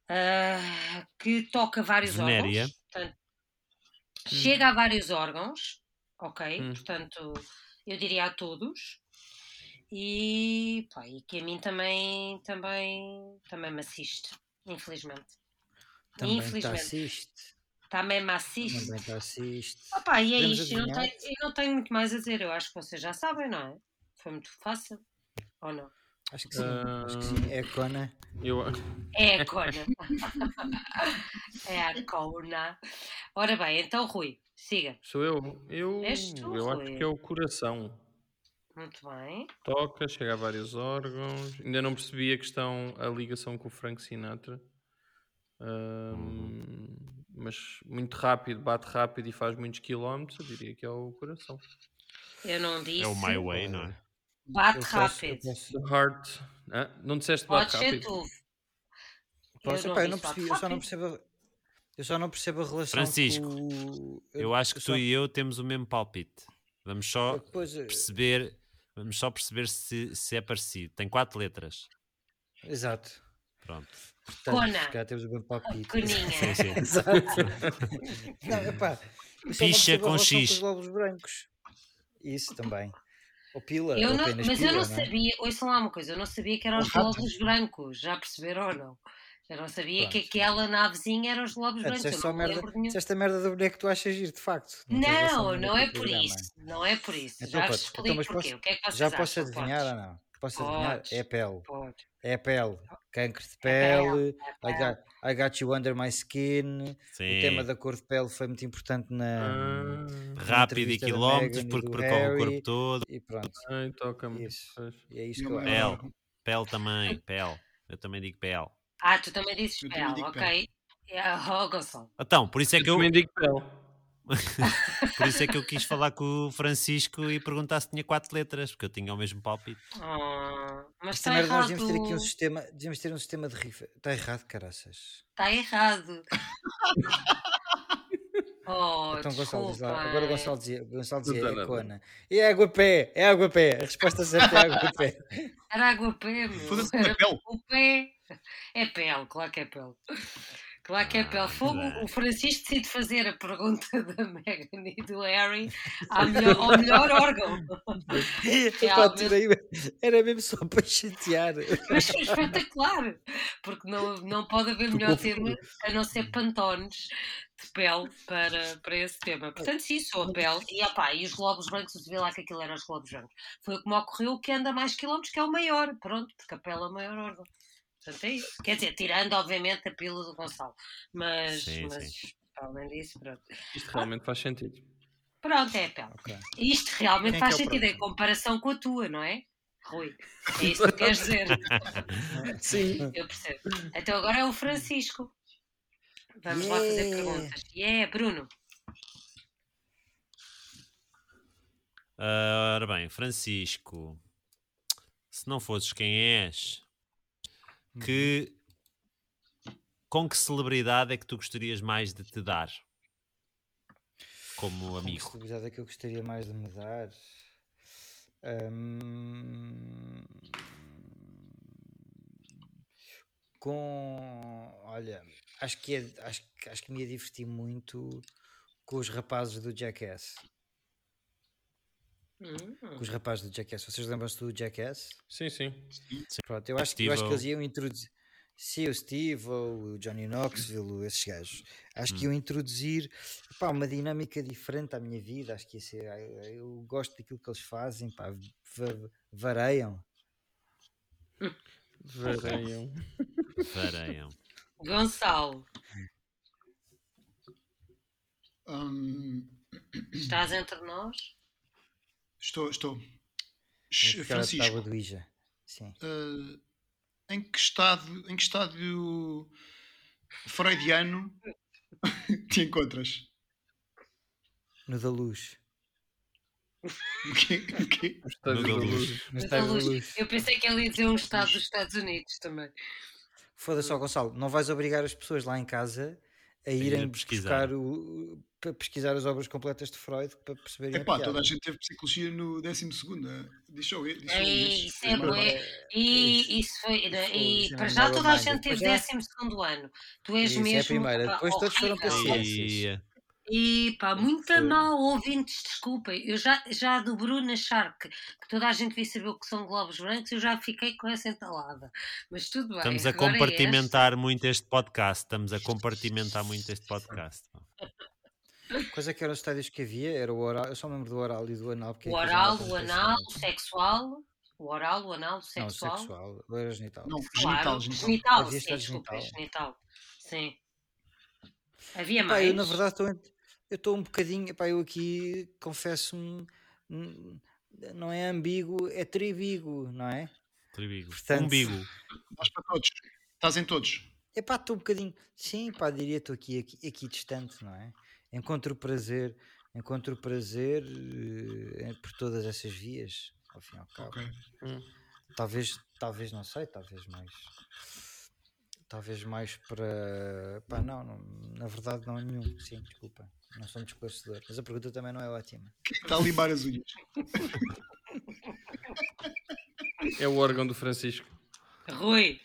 [SPEAKER 1] ah, que toca vários
[SPEAKER 2] Venérea.
[SPEAKER 1] órgãos. Portanto, Chega a vários órgãos, ok?
[SPEAKER 3] Hum.
[SPEAKER 1] Portanto, eu diria a todos. E, pá, e que a mim também, também, também me assiste, infelizmente.
[SPEAKER 4] Também tá te
[SPEAKER 1] infelizmente.
[SPEAKER 4] assiste.
[SPEAKER 1] Também me assiste.
[SPEAKER 4] Também te assiste.
[SPEAKER 1] Opa, e é
[SPEAKER 4] Podemos
[SPEAKER 1] isto. Eu não,
[SPEAKER 4] adivinhar?
[SPEAKER 1] tenho, eu não tenho muito mais a dizer. Eu acho que vocês já sabem, não é? Foi muito fácil. Ou não?
[SPEAKER 4] Acho que sim. Acho que sim. É a Kona.
[SPEAKER 3] Eu...
[SPEAKER 1] É a cona. é a cona. Ora bem, então Rui, siga.
[SPEAKER 3] Sou eu. Eu,
[SPEAKER 1] És tu,
[SPEAKER 3] eu
[SPEAKER 1] Rui.
[SPEAKER 3] acho que é o coração.
[SPEAKER 1] Muito bem.
[SPEAKER 3] Toca, chega a vários órgãos. Ainda não percebi a questão, a ligação com o Frank Sinatra. Ahm, Mas muito rápido, bate rápido e faz muitos quilómetros. Eu diria que é o coração.
[SPEAKER 1] Eu não disse.
[SPEAKER 2] É o My Way, não é?
[SPEAKER 1] Bate
[SPEAKER 4] Eu posso-
[SPEAKER 1] tá
[SPEAKER 4] eu
[SPEAKER 1] rápido.
[SPEAKER 4] posso-
[SPEAKER 3] The heart. Hã? não disseste
[SPEAKER 1] Pode
[SPEAKER 3] bate
[SPEAKER 1] ser
[SPEAKER 3] rápido?
[SPEAKER 1] tu.
[SPEAKER 4] Posso?
[SPEAKER 1] não
[SPEAKER 4] Epá, Eu, não
[SPEAKER 1] disse bate
[SPEAKER 4] percebi, eu só não
[SPEAKER 1] rápido.
[SPEAKER 4] percebo. a- Eu só não percebo a relação.
[SPEAKER 2] Francisco,
[SPEAKER 4] com o-
[SPEAKER 2] Eu acho que
[SPEAKER 4] só-
[SPEAKER 2] tu e eu temos o mesmo palpite. Vamos só
[SPEAKER 4] Pois, eh,
[SPEAKER 2] perceber, vamos só perceber se, se é parecido. Tem quatro letras.
[SPEAKER 4] Exato.
[SPEAKER 2] Pronto.
[SPEAKER 4] Portanto,
[SPEAKER 1] Cona.
[SPEAKER 4] se calhar temos o mesmo palpite.
[SPEAKER 2] Sim,
[SPEAKER 1] Coninha.
[SPEAKER 2] sim.
[SPEAKER 4] Exato. não, epá, é eu só não
[SPEAKER 2] Picha
[SPEAKER 4] percebo a
[SPEAKER 2] com
[SPEAKER 4] relação
[SPEAKER 2] X.
[SPEAKER 4] os glóbulos brancos. Isso também. Ou pila.
[SPEAKER 1] Eu
[SPEAKER 4] ou
[SPEAKER 1] não,
[SPEAKER 4] apenas
[SPEAKER 1] mas
[SPEAKER 4] pila,
[SPEAKER 1] eu não
[SPEAKER 4] é?
[SPEAKER 1] sabia, ouçam lá uma coisa, eu não sabia que eram os
[SPEAKER 5] rato.
[SPEAKER 1] globos brancos, já perceberam ou não? Eu não sabia que
[SPEAKER 4] Pronto.
[SPEAKER 1] aquela navezinha eram os globos
[SPEAKER 4] Ah,
[SPEAKER 1] brancos,
[SPEAKER 4] disseste
[SPEAKER 1] eu
[SPEAKER 4] só
[SPEAKER 1] não me
[SPEAKER 4] merda,
[SPEAKER 1] lembro de nenhum.
[SPEAKER 4] disseste a merda do boneco que tu achas giro, de facto. tem relação
[SPEAKER 1] Não,
[SPEAKER 4] nenhuma
[SPEAKER 1] não
[SPEAKER 4] com
[SPEAKER 1] é
[SPEAKER 4] o
[SPEAKER 1] por
[SPEAKER 4] programa.
[SPEAKER 1] isso, não é por isso.
[SPEAKER 4] Então
[SPEAKER 1] Já vos
[SPEAKER 4] podes. Então,
[SPEAKER 1] explico
[SPEAKER 4] mas
[SPEAKER 1] porquê,
[SPEAKER 4] posso-
[SPEAKER 1] o que é que vocês
[SPEAKER 4] Já
[SPEAKER 1] acham?
[SPEAKER 4] posso adivinhar
[SPEAKER 1] Podes.
[SPEAKER 4] ou não? Posso adivinhar?
[SPEAKER 1] Podes.
[SPEAKER 4] É pele.
[SPEAKER 1] Podes.
[SPEAKER 4] É pele. Cancro de
[SPEAKER 1] pele, É
[SPEAKER 4] pele. I got, I got you under my skin. O tema
[SPEAKER 2] Sim.
[SPEAKER 4] da cor de pele foi muito importante na.
[SPEAKER 3] Ah,
[SPEAKER 2] Rápido e
[SPEAKER 4] entrevista da
[SPEAKER 2] quilómetros,
[SPEAKER 4] Meghan e
[SPEAKER 2] porque
[SPEAKER 4] do
[SPEAKER 2] percorre o corpo
[SPEAKER 4] Harry.
[SPEAKER 2] todo.
[SPEAKER 4] E pronto.
[SPEAKER 3] Ah, ai, toca-me.
[SPEAKER 4] Isso.
[SPEAKER 3] Pois.
[SPEAKER 4] E é isto que eu acho.
[SPEAKER 2] Pele.
[SPEAKER 5] Eu
[SPEAKER 2] Pele também. Pele. Eu também digo pele.
[SPEAKER 1] Ah, tu também dizes
[SPEAKER 5] Eu também
[SPEAKER 1] pele,
[SPEAKER 5] digo
[SPEAKER 1] ok. É, Oh, Gonçalo.
[SPEAKER 2] Então, por isso é que eu,
[SPEAKER 3] Também digo pele.
[SPEAKER 2] por isso é que eu quis falar com o Francisco e perguntar se tinha quatro letras, porque eu tinha o mesmo palpite.
[SPEAKER 1] Ah, mas está
[SPEAKER 4] Esta merda
[SPEAKER 1] errado.
[SPEAKER 4] nós devíamos ter aqui um sistema. Devíamos ter um sistema de rifa. Está errado, caraças.
[SPEAKER 1] Está errado. oh,
[SPEAKER 4] Então Gonçalo diz lá.
[SPEAKER 1] desculpem.
[SPEAKER 4] Agora o Gonçalo dizia, Gonçalo
[SPEAKER 3] Não
[SPEAKER 4] dizia
[SPEAKER 3] tem
[SPEAKER 4] é
[SPEAKER 3] nada.
[SPEAKER 4] cona. E é água pé, é água pé. A resposta certa é água pé.
[SPEAKER 1] Era água pé, meu.
[SPEAKER 5] Foda-se,
[SPEAKER 1] Era
[SPEAKER 5] é pele.
[SPEAKER 1] O pé. É pele, claro que é pele. Claro que é
[SPEAKER 2] Ah,
[SPEAKER 1] pele. Fogo,
[SPEAKER 2] bem.
[SPEAKER 1] o Francisco decide fazer a pergunta da Meghan e do Harry à melhor- ao melhor órgão. É
[SPEAKER 4] Epá, tirei- Era mesmo só para chatear.
[SPEAKER 1] Mas foi espetacular, porque não, não pode haver melhor tema a não ser pantones de pele para, para esse tema. Portanto, sim, sou a pele. E, opá, e os globos brancos, se vê lá que aquilo era os globos brancos. Foi como ocorreu o que anda mais quilómetros, que é o maior. Pronto, porque a pele é o maior órgão. Portanto, é isso. Quer dizer, tirando, obviamente, a pila do Gonçalo. Mas,
[SPEAKER 2] Sim,
[SPEAKER 1] mas pá, além disso, pronto.
[SPEAKER 3] Isto realmente faz sentido.
[SPEAKER 1] Pronto, é a pele.
[SPEAKER 4] Ok.
[SPEAKER 1] Isto realmente
[SPEAKER 4] Quem é
[SPEAKER 1] faz
[SPEAKER 4] que é o
[SPEAKER 1] sentido em
[SPEAKER 4] próximo?
[SPEAKER 1] comparação com a tua, não é? Rui, é isso que tu queres dizer.
[SPEAKER 5] Sim.
[SPEAKER 1] Eu percebo. Então agora é o Francisco. Vamos lá fazer
[SPEAKER 4] Yeah.
[SPEAKER 1] perguntas. Yeah, Bruno.
[SPEAKER 2] Ah, ora bem, Francisco, se não fosses quem és, que com que celebridade é que tu gostarias mais de te dar como
[SPEAKER 4] Como
[SPEAKER 2] amigo?
[SPEAKER 4] celebridade é que eu gostaria mais de me dar? Hum, com. Olha, acho que, é- acho, que- acho que me ia divertir muito com os rapazes do Jackass. Com os rapazes do Jackass. Vocês lembram-se do Jackass?
[SPEAKER 3] Sim, sim.
[SPEAKER 4] Pronto, eu acho, que- eu acho que
[SPEAKER 2] Steve-O.
[SPEAKER 4] eles iam introduzir. Sim, o Steve, o Johnny Knoxville, o- esses gajos. Acho que iam introduzir pá, uma dinâmica diferente à minha vida. Acho que ia ser. ah, Eu, eu gosto daquilo que eles fazem, pá, va- vareiam.
[SPEAKER 3] Vareiam.
[SPEAKER 2] Vareiam.
[SPEAKER 1] Gonçalo,
[SPEAKER 5] Hum,
[SPEAKER 1] estás entre nós?
[SPEAKER 5] estou, estou.
[SPEAKER 4] Iam
[SPEAKER 5] Sh-
[SPEAKER 4] Ficar a tábua
[SPEAKER 5] Francisco,
[SPEAKER 4] do Ija. Sim.
[SPEAKER 5] eh, em que estado, em que estádio freudiano te encontras?
[SPEAKER 4] No da luz.
[SPEAKER 5] O quê? O quê?
[SPEAKER 3] Estádio
[SPEAKER 2] Muda
[SPEAKER 3] da
[SPEAKER 2] a luz.
[SPEAKER 3] luz.
[SPEAKER 4] No
[SPEAKER 1] Mas
[SPEAKER 4] estádio
[SPEAKER 1] a
[SPEAKER 4] da
[SPEAKER 1] luz-
[SPEAKER 4] luz.
[SPEAKER 1] Eu pensei que ele ia dizer um estado dos Estados Unidos também.
[SPEAKER 4] Foda-se, ó, Gonçalo, não vais obrigar as pessoas lá em casa a
[SPEAKER 2] ir
[SPEAKER 4] irem
[SPEAKER 2] pesquisar.
[SPEAKER 4] pesquisar, o, para pesquisar as obras completas de Freud para perceberem.
[SPEAKER 5] Epá,
[SPEAKER 4] piada.
[SPEAKER 5] toda a gente teve psicologia no 12 segundo. Deixa eu ver. Deixa eu ver.
[SPEAKER 1] Ei, isso é
[SPEAKER 5] Lembra?
[SPEAKER 1] bué. E isso foi. né,
[SPEAKER 4] Isso foi
[SPEAKER 1] E
[SPEAKER 4] ensinado
[SPEAKER 1] para já
[SPEAKER 4] nova
[SPEAKER 1] toda a
[SPEAKER 4] manga.
[SPEAKER 1] gente teve
[SPEAKER 4] Para já-
[SPEAKER 1] 12 ano. Tu és
[SPEAKER 4] Isso, é a
[SPEAKER 1] mesmo.
[SPEAKER 4] primeira.
[SPEAKER 1] pá,
[SPEAKER 4] Depois todos foram
[SPEAKER 1] horrível.
[SPEAKER 4] para ciências.
[SPEAKER 2] E,
[SPEAKER 1] E pá, muita
[SPEAKER 4] Foi.
[SPEAKER 1] mal ouvintes, desculpem. Eu já, já do Bruno achar que, que toda a gente devia saber o que são globos brancos, eu já fiquei com essa entalada. Mas tudo bem.
[SPEAKER 2] estamos a
[SPEAKER 1] agora é este.
[SPEAKER 2] compartimentar muito este podcast. Estamos a compartimentar muito este podcast. pá.
[SPEAKER 4] Quais é que eram os estádios que havia? Era o oral, eu só me lembro do oral e do anal. porque
[SPEAKER 1] O
[SPEAKER 4] é que eu já
[SPEAKER 1] oral,
[SPEAKER 4] não
[SPEAKER 1] o
[SPEAKER 4] acontece
[SPEAKER 1] anal,
[SPEAKER 4] muito.
[SPEAKER 1] o sexual, o O oral, o anal, o sexual.
[SPEAKER 4] Não, sexual, loira genital.
[SPEAKER 5] Não,
[SPEAKER 1] Claro,
[SPEAKER 5] genital, genital.
[SPEAKER 1] genital,
[SPEAKER 4] Havia
[SPEAKER 1] sim,
[SPEAKER 4] só
[SPEAKER 1] desculpa,
[SPEAKER 4] genital.
[SPEAKER 1] genital. Sim. Havia
[SPEAKER 4] Pá,
[SPEAKER 1] mais.
[SPEAKER 4] eu na verdade estou ent- eu estou um bocadinho, pá, eu aqui confesso-me, n- não é ambíguo, é tribigo, não é?
[SPEAKER 2] Tribigo.
[SPEAKER 4] Portanto-
[SPEAKER 2] Umbigo.
[SPEAKER 5] Estás para todos. Estás em todos.
[SPEAKER 4] Epá, estou um bocadinho, sim, pá, diria estou aqui, aqui, aqui distante, não é? Encontro prazer, encontro prazer eh, por todas essas vias, ao fim e ao cabo.
[SPEAKER 5] Ok.
[SPEAKER 4] Talvez, talvez, não sei, talvez mais. Talvez mais para. Pá, não, não, na verdade não é nenhum. Sim, desculpa. Não sou um esclarecedor. Mas a pergunta também não é ótima.
[SPEAKER 5] Quem é que está a limar as unhas?
[SPEAKER 3] É o órgão do Francisco.
[SPEAKER 1] Rui,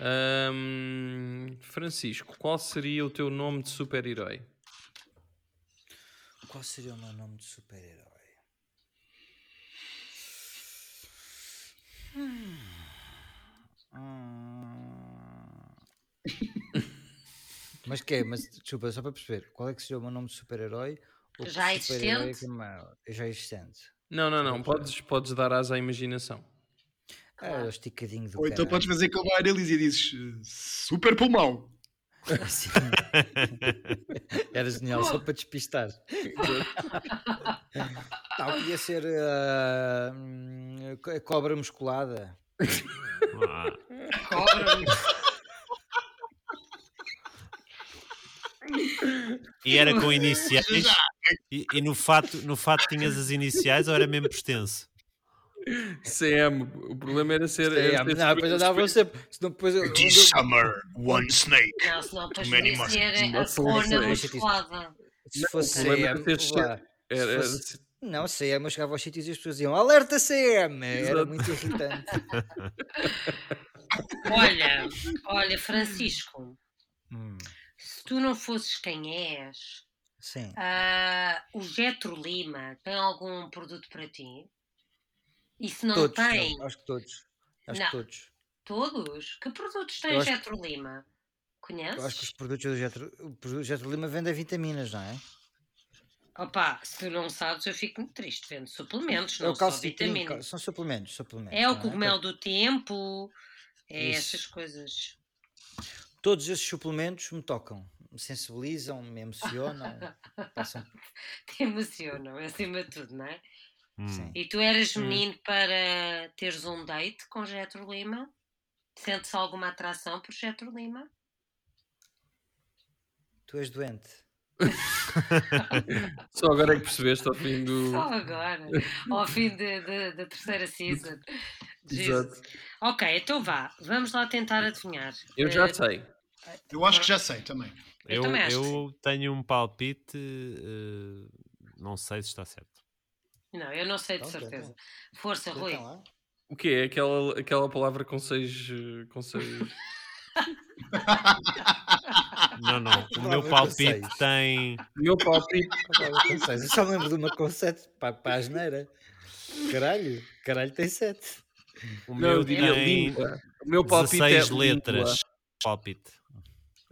[SPEAKER 3] Ahm, Francisco, qual seria o teu nome de super-herói?
[SPEAKER 4] Qual seria o meu nome de super-herói? Hum. Hum. Mas que é? Mas desculpa, só para perceber, qual é que seria o meu nome de super-herói? Ou que
[SPEAKER 1] Já
[SPEAKER 4] super-herói é
[SPEAKER 1] existente?
[SPEAKER 4] que é maior? Já existente.
[SPEAKER 3] Não, não, não. Podes, podes dar asa à imaginação.
[SPEAKER 4] Ah, o esticadinho do
[SPEAKER 5] Ou então
[SPEAKER 4] caralho.
[SPEAKER 5] podes fazer como a Annelise e dizes eh, super pulmão.
[SPEAKER 4] Sim. Era genial só para despistar. Tal podia ser ah, hum, co- cobra musculada.
[SPEAKER 2] Ah,
[SPEAKER 1] cobra-me.
[SPEAKER 2] e era com iniciais. E, e no, fato, no fato tinhas as iniciais ou era mesmo extenso?
[SPEAKER 3] CM. é, O problema era ser.
[SPEAKER 4] É,
[SPEAKER 3] era ser
[SPEAKER 4] não, depois eu dava sempre. Senão depois eu.
[SPEAKER 5] summer, one snake.
[SPEAKER 1] Não, senão depois
[SPEAKER 5] Many
[SPEAKER 1] podia ser é a
[SPEAKER 3] muscles.
[SPEAKER 1] cona
[SPEAKER 4] é
[SPEAKER 3] Muscles.
[SPEAKER 1] musculada.
[SPEAKER 4] Se fosse
[SPEAKER 3] problema era
[SPEAKER 4] CM.
[SPEAKER 3] ter sido-
[SPEAKER 4] vá.
[SPEAKER 3] era- era-
[SPEAKER 4] fosse- Não, CM, eu chegava aos sítios e as pessoas diziam alerta CM! Era
[SPEAKER 3] Exato.
[SPEAKER 4] muito irritante.
[SPEAKER 1] Olha, olha, Francisco,
[SPEAKER 4] Hum,
[SPEAKER 1] se tu não fosses quem és,
[SPEAKER 4] sim.
[SPEAKER 1] ah, o Getro Lima tem algum produto para ti? E se não
[SPEAKER 4] todos.
[SPEAKER 1] tem,
[SPEAKER 4] não, acho que todos. Acho
[SPEAKER 1] Não.
[SPEAKER 4] que todos.
[SPEAKER 1] todos? Que produtos
[SPEAKER 4] Eu
[SPEAKER 1] tem
[SPEAKER 4] acho-
[SPEAKER 1] Getro Lima?
[SPEAKER 4] Eu acho que os
[SPEAKER 1] Conheces?
[SPEAKER 4] produtos do Getro, o produto do Getro Lima vende vitaminas, não é?
[SPEAKER 1] Opa, se tu não sabes, eu fico muito triste vendo suplementos,
[SPEAKER 4] É
[SPEAKER 1] não
[SPEAKER 4] o
[SPEAKER 1] só
[SPEAKER 4] calcitrin,
[SPEAKER 1] vitaminas.
[SPEAKER 4] cal- são suplementos, suplementos.
[SPEAKER 1] É
[SPEAKER 4] não
[SPEAKER 1] o cogumelo do tempo, é
[SPEAKER 4] Isso.
[SPEAKER 1] essas coisas.
[SPEAKER 4] Todos esses suplementos me tocam, me sensibilizam, me emocionam, passam
[SPEAKER 1] Te emocionam, acima de tudo, não é?
[SPEAKER 2] Hum.
[SPEAKER 4] Sim.
[SPEAKER 1] E tu eras
[SPEAKER 3] Hum.
[SPEAKER 1] menino para teres um date com Getro Lima? Sentes alguma atração por Getro Lima?
[SPEAKER 4] Tu és doente.
[SPEAKER 3] Só agora é que percebeste ao fim do.
[SPEAKER 4] Hum.
[SPEAKER 1] Só agora, ao fim de- de- da terceira season.
[SPEAKER 3] Exato.
[SPEAKER 1] Jesus. Ok, então vá, vamos lá tentar adivinhar.
[SPEAKER 3] Eu já
[SPEAKER 1] Eh,
[SPEAKER 3] sei.
[SPEAKER 5] Eu acho que já sei também.
[SPEAKER 1] Eu
[SPEAKER 2] Eu,
[SPEAKER 1] também acho que
[SPEAKER 2] eu tenho um palpite, eh, não sei se está certo.
[SPEAKER 1] Não, eu não sei de
[SPEAKER 4] Pronto, então.
[SPEAKER 1] certeza. Força,
[SPEAKER 4] Então
[SPEAKER 1] Rui.
[SPEAKER 4] lá.
[SPEAKER 3] O que é? Aquela, aquela palavra com seis. eh, Com seis...
[SPEAKER 2] Não, não.
[SPEAKER 4] Não,
[SPEAKER 2] O meu
[SPEAKER 4] eu
[SPEAKER 2] palpite
[SPEAKER 4] pensei.
[SPEAKER 2] tem.
[SPEAKER 3] O Meu palpite.
[SPEAKER 4] Acaba com seis. Eu só me lembro de uma com sete para, para a geneira. Caralho, caralho tem sete.
[SPEAKER 2] O
[SPEAKER 3] Não, eu
[SPEAKER 2] meu
[SPEAKER 3] diria
[SPEAKER 2] tem
[SPEAKER 3] língua. O meu palpite
[SPEAKER 2] 16
[SPEAKER 3] é
[SPEAKER 2] letras.
[SPEAKER 3] língua.
[SPEAKER 2] Palpite.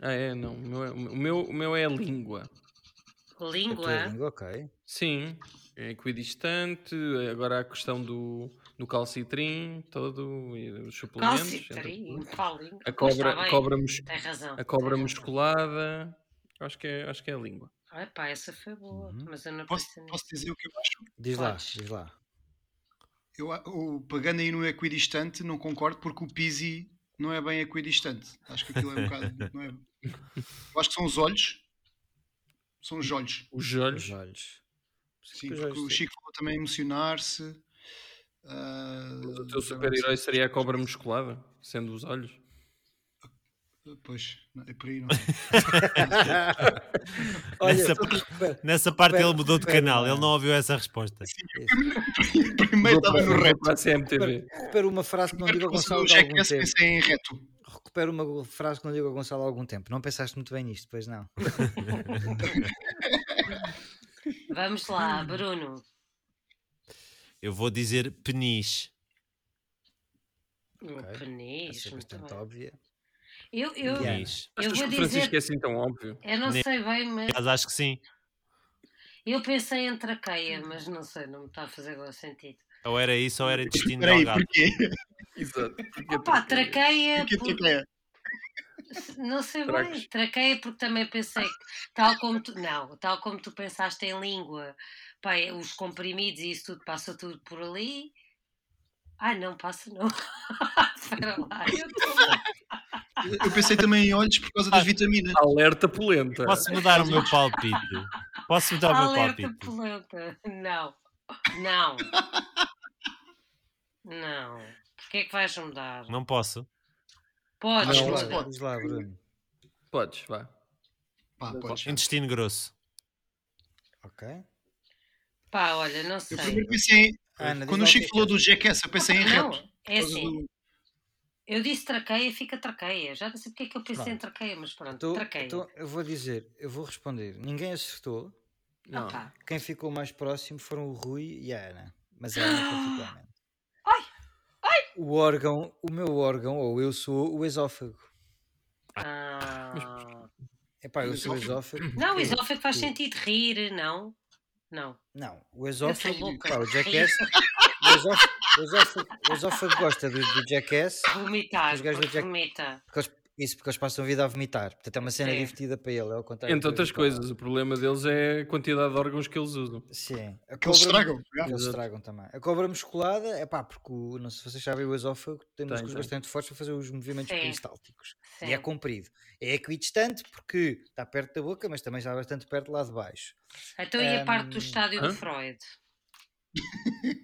[SPEAKER 3] Ah, é, não. O meu, é- o meu, o meu é a língua.
[SPEAKER 4] A tua
[SPEAKER 3] né?
[SPEAKER 1] Língua.
[SPEAKER 4] língua, ok.
[SPEAKER 3] Sim. É equidistante. é Agora há a questão do, do calcitrim, todo. E os suplementos.
[SPEAKER 1] Calcitrim,
[SPEAKER 3] entre-
[SPEAKER 1] pá, língua.
[SPEAKER 3] A
[SPEAKER 1] Pois,
[SPEAKER 3] cobra,
[SPEAKER 1] tá bem,
[SPEAKER 3] a cobra, mus-
[SPEAKER 1] Tem razão.
[SPEAKER 3] a cobra
[SPEAKER 1] tem razão.
[SPEAKER 3] musculada. Acho que, é, acho que é a língua.
[SPEAKER 1] Ai pá, essa foi boa,
[SPEAKER 4] Uhum.
[SPEAKER 1] mas eu não
[SPEAKER 5] Posso,
[SPEAKER 1] pensei nisso.
[SPEAKER 5] posso dizer o que eu acho?
[SPEAKER 4] Diz lá,
[SPEAKER 1] Podes.
[SPEAKER 4] diz lá.
[SPEAKER 5] Eu, a- o, pagando aí no equidistante, não concordo porque o Pizzi não é bem equidistante. Acho que aquilo é um bocado. Não é... Eu acho que são os olhos. São os olhos.
[SPEAKER 3] Os olhos.
[SPEAKER 4] Os olhos.
[SPEAKER 5] Sim,
[SPEAKER 4] Os
[SPEAKER 5] porque o
[SPEAKER 4] olhos,
[SPEAKER 5] Chico falou também emocionar-se. ah,
[SPEAKER 3] Mas O teu super-herói seria a cobra musculada, sendo os olhos.
[SPEAKER 5] Pois, não, é por aí não. é.
[SPEAKER 4] Olha,
[SPEAKER 2] Nessa-
[SPEAKER 4] espera,
[SPEAKER 2] Nessa parte
[SPEAKER 4] Espera,
[SPEAKER 2] ele mudou de
[SPEAKER 4] espera,
[SPEAKER 2] canal,
[SPEAKER 4] não é?
[SPEAKER 2] ele não ouviu essa resposta.
[SPEAKER 3] Vou
[SPEAKER 5] Primeiro estava
[SPEAKER 3] para-
[SPEAKER 5] no reto.
[SPEAKER 3] vou para a CMTV.
[SPEAKER 4] recupero uma frase que não
[SPEAKER 5] Primeiro
[SPEAKER 4] digo ao Gonçalo
[SPEAKER 5] que o
[SPEAKER 4] de há algum
[SPEAKER 5] GPS
[SPEAKER 4] tempo.
[SPEAKER 5] pensei em reto.
[SPEAKER 4] Recupero uma frase que não digo ao Gonçalo há algum tempo. Não pensaste muito bem nisto, pois não?
[SPEAKER 1] Vamos lá, Bruno.
[SPEAKER 2] Eu vou dizer penis.
[SPEAKER 1] O
[SPEAKER 4] Ok.
[SPEAKER 1] penis.
[SPEAKER 4] Essa é
[SPEAKER 1] muito
[SPEAKER 4] bastante
[SPEAKER 1] bem.
[SPEAKER 4] óbvia.
[SPEAKER 1] Eu, eu,
[SPEAKER 4] Yeah.
[SPEAKER 2] Penis.
[SPEAKER 1] eu
[SPEAKER 3] Achas
[SPEAKER 1] vou
[SPEAKER 3] que o Francisco
[SPEAKER 1] dizer,
[SPEAKER 3] é assim tão óbvio?
[SPEAKER 1] eu não
[SPEAKER 2] Nem-
[SPEAKER 1] sei bem, mas
[SPEAKER 2] Aliás, acho que sim.
[SPEAKER 4] Uhum.
[SPEAKER 1] eu pensei em traqueia, mas não sei, não me está a fazer agora sentido.
[SPEAKER 2] Ou era isso ou era intestino
[SPEAKER 5] Espera aí,
[SPEAKER 2] delgado.
[SPEAKER 5] porquê?
[SPEAKER 3] Exato. Porque é
[SPEAKER 1] Opa,
[SPEAKER 3] porque-
[SPEAKER 1] traqueia.
[SPEAKER 5] Porquê
[SPEAKER 1] por-
[SPEAKER 5] traqueia?
[SPEAKER 1] Não sei
[SPEAKER 3] Tracos.
[SPEAKER 1] bem, traqueia porque também pensei que, tal como tu, não, tal como tu pensaste em língua, pá, é, os comprimidos e isso tudo passa tudo por ali. Ah, não, passa não. Espera lá. eu tô-
[SPEAKER 5] Eu- Eu pensei também em olhos por causa das vitaminas.
[SPEAKER 3] Alerta polenta.
[SPEAKER 2] Posso mudar o meu palpite? Posso mudar o meu
[SPEAKER 1] Alerta
[SPEAKER 2] palpite?
[SPEAKER 1] polenta. Não. Não. Não. Porquê é que vais mudar?
[SPEAKER 2] Não posso.
[SPEAKER 1] Podes
[SPEAKER 5] Acho
[SPEAKER 4] Diz
[SPEAKER 5] que não
[SPEAKER 4] lá,
[SPEAKER 5] se
[SPEAKER 1] mudar.
[SPEAKER 5] pode.
[SPEAKER 4] diz lá, Bruno.
[SPEAKER 3] Podes, vá.
[SPEAKER 5] Pá, podes.
[SPEAKER 2] Intestino grosso.
[SPEAKER 4] Ok.
[SPEAKER 1] Pá, olha, não
[SPEAKER 5] Eu
[SPEAKER 1] sei.
[SPEAKER 5] primeiro pensei, em-
[SPEAKER 4] Ana, diz
[SPEAKER 5] quando
[SPEAKER 4] lá
[SPEAKER 5] o
[SPEAKER 4] o que
[SPEAKER 5] Chico
[SPEAKER 4] é que
[SPEAKER 5] falou do Jackass, eu pensei em
[SPEAKER 1] Não,
[SPEAKER 5] reto.
[SPEAKER 1] é
[SPEAKER 5] por causa
[SPEAKER 1] assim.
[SPEAKER 5] do-
[SPEAKER 1] Eu disse traqueia, fica traqueia. Já não sei porque é que eu pensei em
[SPEAKER 4] Pronto.
[SPEAKER 1] traqueia, mas pronto,
[SPEAKER 4] Então-
[SPEAKER 1] traqueia.
[SPEAKER 4] então eu vou dizer, eu vou responder. Ninguém acertou.
[SPEAKER 3] Não. tá,
[SPEAKER 1] Opa.
[SPEAKER 4] Quem ficou mais próximo foram o Rui e a Ana. Mas a Ana particularmente.
[SPEAKER 1] Ai!
[SPEAKER 4] O órgão, o meu órgão, ou eu sou o esófago.
[SPEAKER 1] Ah.
[SPEAKER 4] Epá, eu
[SPEAKER 5] O
[SPEAKER 4] sou o esófago.
[SPEAKER 1] Não, o
[SPEAKER 4] porque-
[SPEAKER 1] esófago faz
[SPEAKER 4] Sim.
[SPEAKER 1] sentido rir, não? Não.
[SPEAKER 4] Não, o esófago.
[SPEAKER 1] louca.
[SPEAKER 4] Pá, o jackass. O esófago, o esófago, o esófago gosta do, do jackass.
[SPEAKER 1] Vomitar,
[SPEAKER 4] Os gajos do
[SPEAKER 1] porque
[SPEAKER 4] Jack-
[SPEAKER 1] vomita.
[SPEAKER 4] Porque eles, isso porque eles passam a vida a vomitar. Portanto, é uma cena
[SPEAKER 1] Sim.
[SPEAKER 4] divertida para ele. É o contrário.
[SPEAKER 3] Entre
[SPEAKER 4] do
[SPEAKER 3] outras
[SPEAKER 4] habitual.
[SPEAKER 3] coisas, o problema deles é a quantidade de órgãos que eles usam.
[SPEAKER 4] Sim. A
[SPEAKER 5] Que eles estragam.
[SPEAKER 4] Que eles
[SPEAKER 3] Exato.
[SPEAKER 4] estragam também. A cobra musculada, é pá, porque o- não sei se vocês sabem, o esófago tem
[SPEAKER 3] Tem,
[SPEAKER 4] músculos
[SPEAKER 3] tem.
[SPEAKER 4] bastante fortes para fazer os movimentos
[SPEAKER 1] Sim.
[SPEAKER 4] peristálticos.
[SPEAKER 1] Sim.
[SPEAKER 4] E é comprido. É equidistante porque está perto da boca, mas também está bastante perto lá de baixo.
[SPEAKER 1] Então e a parte do
[SPEAKER 4] Ahm,
[SPEAKER 1] estádio
[SPEAKER 3] hã?
[SPEAKER 1] de Freud?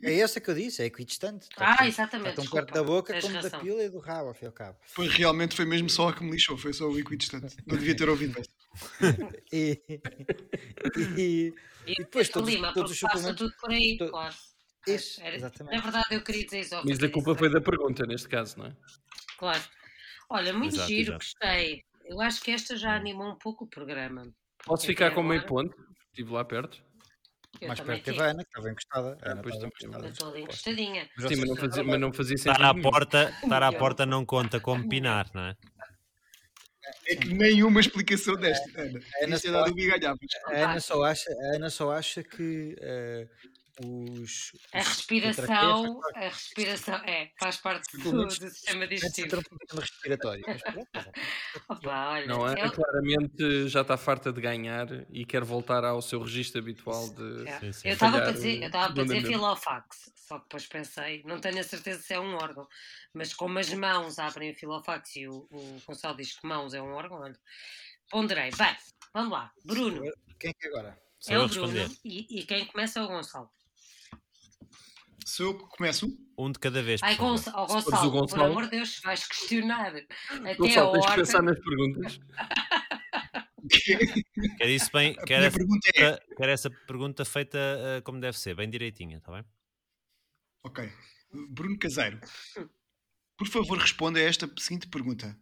[SPEAKER 4] É essa que eu disse, é equidistante. Está
[SPEAKER 1] Ah,
[SPEAKER 4] tudo-
[SPEAKER 1] exatamente.
[SPEAKER 4] Está tão
[SPEAKER 1] desculpa,
[SPEAKER 4] perto da boca
[SPEAKER 1] tens
[SPEAKER 4] como da
[SPEAKER 1] razão.
[SPEAKER 4] pila e do rabo, ao fim e ao cabo.
[SPEAKER 5] Foi, realmente foi mesmo só a que me lixou, foi só o equidistante. Não devia ter ouvido essa.
[SPEAKER 4] E, e-
[SPEAKER 1] E
[SPEAKER 4] depois
[SPEAKER 1] depois
[SPEAKER 4] todos-
[SPEAKER 1] Lima, porque
[SPEAKER 4] todos os
[SPEAKER 1] passa
[SPEAKER 4] suplementos-
[SPEAKER 1] tudo por aí,
[SPEAKER 4] to-
[SPEAKER 1] claro.
[SPEAKER 4] isso,
[SPEAKER 1] É, Era-
[SPEAKER 4] exatamente.
[SPEAKER 1] Na verdade, eu queria dizer esófago.
[SPEAKER 3] Mas a
[SPEAKER 1] disse
[SPEAKER 3] culpa foi da pergunta, neste caso, não é?
[SPEAKER 1] Claro. Olha, muito
[SPEAKER 2] Exato,
[SPEAKER 1] giro,
[SPEAKER 2] exato.
[SPEAKER 1] gostei. Eu acho que esta
[SPEAKER 4] Hum.
[SPEAKER 1] já animou um pouco o programa.
[SPEAKER 3] Posso
[SPEAKER 1] Eu
[SPEAKER 3] ficar
[SPEAKER 1] quero
[SPEAKER 3] com meio
[SPEAKER 1] agora.
[SPEAKER 3] ponto? Estive lá perto.
[SPEAKER 1] Eu
[SPEAKER 4] mais
[SPEAKER 1] também
[SPEAKER 4] perto é teve
[SPEAKER 1] fico.
[SPEAKER 4] a Ana, que estava encostada. A
[SPEAKER 3] Ah,
[SPEAKER 4] Ana
[SPEAKER 3] pois
[SPEAKER 4] estava
[SPEAKER 3] também,
[SPEAKER 1] Eu
[SPEAKER 4] encostada.
[SPEAKER 1] estou ali encostadinha.
[SPEAKER 3] Sim, mas não fazia, mas não fazia sentido.
[SPEAKER 2] Estar à
[SPEAKER 3] nenhum.
[SPEAKER 2] porta, estar à
[SPEAKER 1] Melhor.
[SPEAKER 2] porta não conta como pinar, não é?
[SPEAKER 5] É que nenhuma
[SPEAKER 4] É,
[SPEAKER 5] explicação desta, Ana.
[SPEAKER 4] Ana
[SPEAKER 5] Isto é
[SPEAKER 4] só-
[SPEAKER 5] dado o ganhar.
[SPEAKER 3] um
[SPEAKER 5] mas-
[SPEAKER 4] A Ana só acha, a Ana só acha que eh, os.
[SPEAKER 1] A
[SPEAKER 4] os-
[SPEAKER 1] respiração, a respiração é, faz parte do, do
[SPEAKER 4] Problemas-
[SPEAKER 1] sistema
[SPEAKER 4] Antes
[SPEAKER 1] digestivo.
[SPEAKER 4] entra um problema respiratório. Mas pronto, mas é.
[SPEAKER 1] Opa, olha,
[SPEAKER 3] Não, Ana
[SPEAKER 1] é,
[SPEAKER 3] claramente já está farta de ganhar e quer voltar ao seu registro habitual de.
[SPEAKER 1] é.
[SPEAKER 2] Sim, sim.
[SPEAKER 1] Eu estava para
[SPEAKER 3] Falhar,
[SPEAKER 1] dizer, eu
[SPEAKER 3] eh,
[SPEAKER 1] estava para dizer
[SPEAKER 3] redondamente.
[SPEAKER 1] filofax, só que depois pensei, não tenho a certeza se é um órgão, mas como as mãos abrem o filofax e o, o Gonçalo diz que mãos é um órgão, olha, ponderei. Bem, vamos lá, Bruno,
[SPEAKER 4] Quem é que agora?
[SPEAKER 2] Sou
[SPEAKER 1] é
[SPEAKER 2] eu a
[SPEAKER 1] o Bruno
[SPEAKER 2] responder.
[SPEAKER 1] e, e quem começa é o Gonçalo.
[SPEAKER 5] Sou eu que começo?
[SPEAKER 2] Um de cada vez.
[SPEAKER 1] Ai,
[SPEAKER 2] por favor.
[SPEAKER 1] Gonçalo,
[SPEAKER 3] fores o
[SPEAKER 1] Gonçalo, por
[SPEAKER 3] Gonçalo-
[SPEAKER 1] amor de Deus, vais questionar
[SPEAKER 3] Não
[SPEAKER 1] até É a
[SPEAKER 3] só tens que
[SPEAKER 1] hora.
[SPEAKER 3] pensar nas perguntas.
[SPEAKER 2] Quer isso bem?
[SPEAKER 5] A
[SPEAKER 2] Quer
[SPEAKER 5] é? minha
[SPEAKER 2] essa,
[SPEAKER 5] pergunta é...
[SPEAKER 2] quer essa pergunta feita eh, como deve ser, bem direitinha, está bem?
[SPEAKER 5] Ok. Bruno Caseiro. Por favor, responda a esta seguinte pergunta.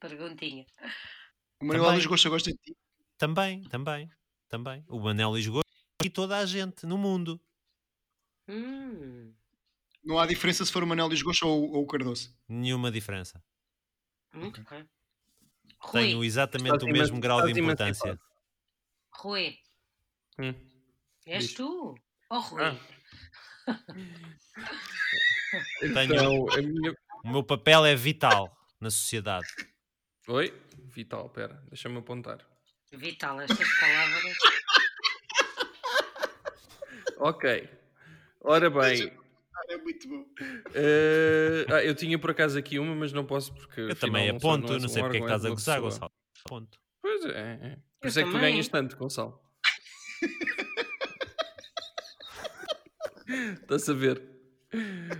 [SPEAKER 1] Perguntinha.
[SPEAKER 5] O Manuel
[SPEAKER 2] Também.
[SPEAKER 5] Lisgosta gosta de ti?
[SPEAKER 2] Também, também, também. O Manel Lisgoa e toda a gente no mundo.
[SPEAKER 1] Hum,
[SPEAKER 5] Não há diferença se for o Manuel Lisgosta ou, ou o Cardoso.
[SPEAKER 2] Nenhuma diferença.
[SPEAKER 1] muito bem. Rui,
[SPEAKER 2] Tenho exatamente
[SPEAKER 3] Estás
[SPEAKER 2] o
[SPEAKER 3] eman-
[SPEAKER 2] mesmo grau de
[SPEAKER 3] estás
[SPEAKER 2] importância.
[SPEAKER 3] emancipado.
[SPEAKER 1] Rui,
[SPEAKER 3] Hum.
[SPEAKER 1] és
[SPEAKER 3] Diz.
[SPEAKER 1] tu? Oh, Rui.
[SPEAKER 3] Ah.
[SPEAKER 2] Tenho-
[SPEAKER 3] Então, a minha.
[SPEAKER 2] O meu papel é vital na sociedade.
[SPEAKER 3] Oi? Vital, pera, deixa-me apontar.
[SPEAKER 1] Vital, estas palavras.
[SPEAKER 3] Ok. Ora bem,
[SPEAKER 5] É muito bom.
[SPEAKER 3] eh, ah, eu tinha por acaso aqui uma, mas não posso porque.
[SPEAKER 2] Eu
[SPEAKER 3] afinal,
[SPEAKER 2] também
[SPEAKER 3] não sou-
[SPEAKER 2] aponto,
[SPEAKER 3] és
[SPEAKER 2] não sei
[SPEAKER 3] um
[SPEAKER 2] porque é que
[SPEAKER 3] órgão, és
[SPEAKER 2] estás a
[SPEAKER 3] uma
[SPEAKER 2] gozar,
[SPEAKER 3] pessoa.
[SPEAKER 2] Gonçalo. Aponto.
[SPEAKER 3] Pois é. é. Por
[SPEAKER 1] Eu
[SPEAKER 3] isso é que tu
[SPEAKER 1] também.
[SPEAKER 3] ganhas tanto, Gonçalo. Estás a ver?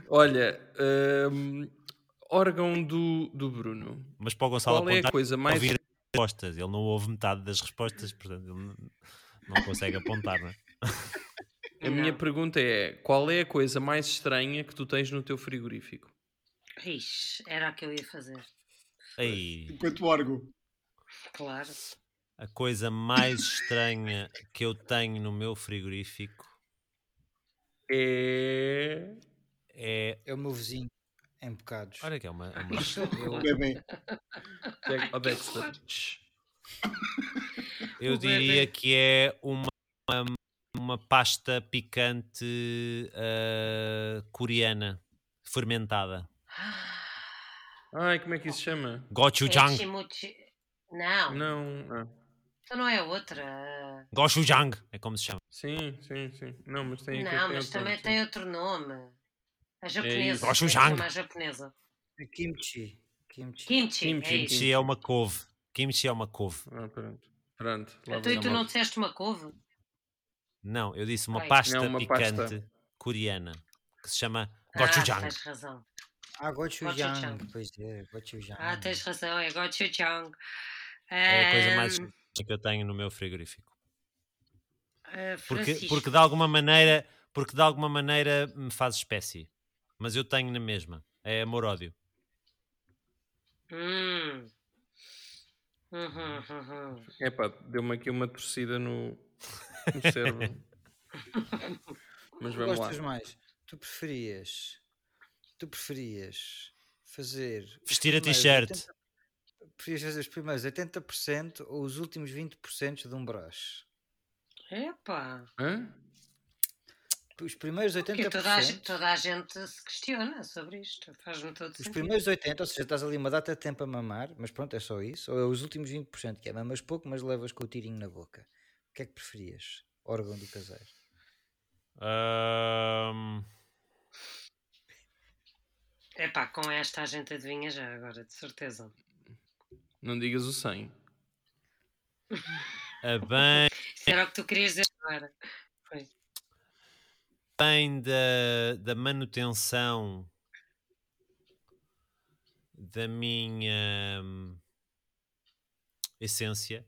[SPEAKER 3] Olha, hum, órgão do, do Bruno.
[SPEAKER 2] Mas para o Gonçalo
[SPEAKER 3] Qual é a
[SPEAKER 2] apontar,
[SPEAKER 3] coisa
[SPEAKER 2] mais...
[SPEAKER 3] mais.
[SPEAKER 2] ouvir as respostas. Ele não ouve metade das respostas, portanto, ele não, não consegue apontar, não é?
[SPEAKER 3] A minha
[SPEAKER 1] Não.
[SPEAKER 3] pergunta é: qual é a coisa mais estranha que tu tens no teu frigorífico?
[SPEAKER 1] Ixi, era a que eu ia fazer.
[SPEAKER 2] Aí,
[SPEAKER 5] Enquanto órgão.
[SPEAKER 1] Claro.
[SPEAKER 2] a coisa mais estranha que eu tenho no meu frigorífico
[SPEAKER 3] É.
[SPEAKER 2] é.
[SPEAKER 4] É o meu vizinho em bocados.
[SPEAKER 2] Olha que é uma. é uma-
[SPEAKER 5] O
[SPEAKER 4] Eu-
[SPEAKER 5] bebê.
[SPEAKER 3] Jack- oh, Dexter.
[SPEAKER 2] Eu
[SPEAKER 1] O bebê.
[SPEAKER 2] diria que é uma, uma pasta picante ah, coreana fermentada.
[SPEAKER 3] Ai, como é que isso se chama?
[SPEAKER 1] É
[SPEAKER 2] Gochujang.
[SPEAKER 1] shimuchi- Não,
[SPEAKER 3] Não. ah,
[SPEAKER 1] então não é outra.
[SPEAKER 2] Gochujang. É como se chama.
[SPEAKER 3] Sim, sim, sim. Não, mas tem aqui.
[SPEAKER 1] não,
[SPEAKER 3] tem
[SPEAKER 1] mas
[SPEAKER 3] outro
[SPEAKER 1] também
[SPEAKER 3] nome,
[SPEAKER 1] tem outro nome. A
[SPEAKER 3] isso.
[SPEAKER 1] japonesa.
[SPEAKER 2] Gosto
[SPEAKER 1] tem que
[SPEAKER 2] Jang.
[SPEAKER 1] chamar a japonesa.
[SPEAKER 4] Kimchi.
[SPEAKER 1] Kimchi.
[SPEAKER 4] Kimchi.
[SPEAKER 3] Kimchi,
[SPEAKER 1] é isso.
[SPEAKER 2] Kimchi é uma couve. Kimchi é uma couve.
[SPEAKER 3] sim. Ah, pronto. Pronto. lá
[SPEAKER 1] Então, e
[SPEAKER 3] vai.
[SPEAKER 1] tu não disseste uma couve?
[SPEAKER 2] Não, eu disse uma
[SPEAKER 1] Ai.
[SPEAKER 2] pasta
[SPEAKER 3] Não, uma
[SPEAKER 2] picante
[SPEAKER 3] pasta.
[SPEAKER 2] coreana que se chama
[SPEAKER 1] Ah,
[SPEAKER 2] gochujang.
[SPEAKER 1] tens razão.
[SPEAKER 4] Ah, gochujang.
[SPEAKER 1] Gochujang.
[SPEAKER 4] Pois é, gochujang.
[SPEAKER 1] Ah, tens razão, é gochujang.
[SPEAKER 2] é a coisa
[SPEAKER 1] Ahm,
[SPEAKER 2] mais que eu tenho no meu frigorífico.
[SPEAKER 1] ah,
[SPEAKER 2] Porque,
[SPEAKER 1] Francisco.
[SPEAKER 2] porque de alguma maneira, porque de alguma maneira me faz espécie. Mas eu tenho na mesma. É amor-ódio.
[SPEAKER 1] Hum. Uhum, uhum, uhum.
[SPEAKER 3] Epá, deu-me aqui uma torcida no, no cérebro. mas vamos lá.
[SPEAKER 4] Gostas mais? Tu preferias. Tu preferias fazer. os
[SPEAKER 2] Vestir a
[SPEAKER 1] então
[SPEAKER 4] primeiros
[SPEAKER 2] t-shirt.
[SPEAKER 1] tá.
[SPEAKER 4] 80 Preferias fazer os primeiros 80% ou os últimos 20% de um broche?
[SPEAKER 1] Epá.
[SPEAKER 3] Hã?
[SPEAKER 4] Os primeiros 80%.
[SPEAKER 1] Porque toda a, gen- toda a gente se questiona sobre isto. Faz-me todo
[SPEAKER 4] Os
[SPEAKER 1] sentido.
[SPEAKER 4] primeiros 80, ou seja, estás ali uma data de tempo a mamar, mas pronto, é só isso. Ou é os últimos 20%, que é mamas pouco, mas levas com o tirinho na boca. O que é que preferias? Órgão do caseiro.
[SPEAKER 2] Ahm,
[SPEAKER 1] Epá, com esta a gente adivinha já agora, de certeza.
[SPEAKER 3] Não digas o 100.
[SPEAKER 2] a bem,
[SPEAKER 1] Isso era o que tu querias dizer agora. Foi.
[SPEAKER 2] bem da, da manutenção da minha hum, essência,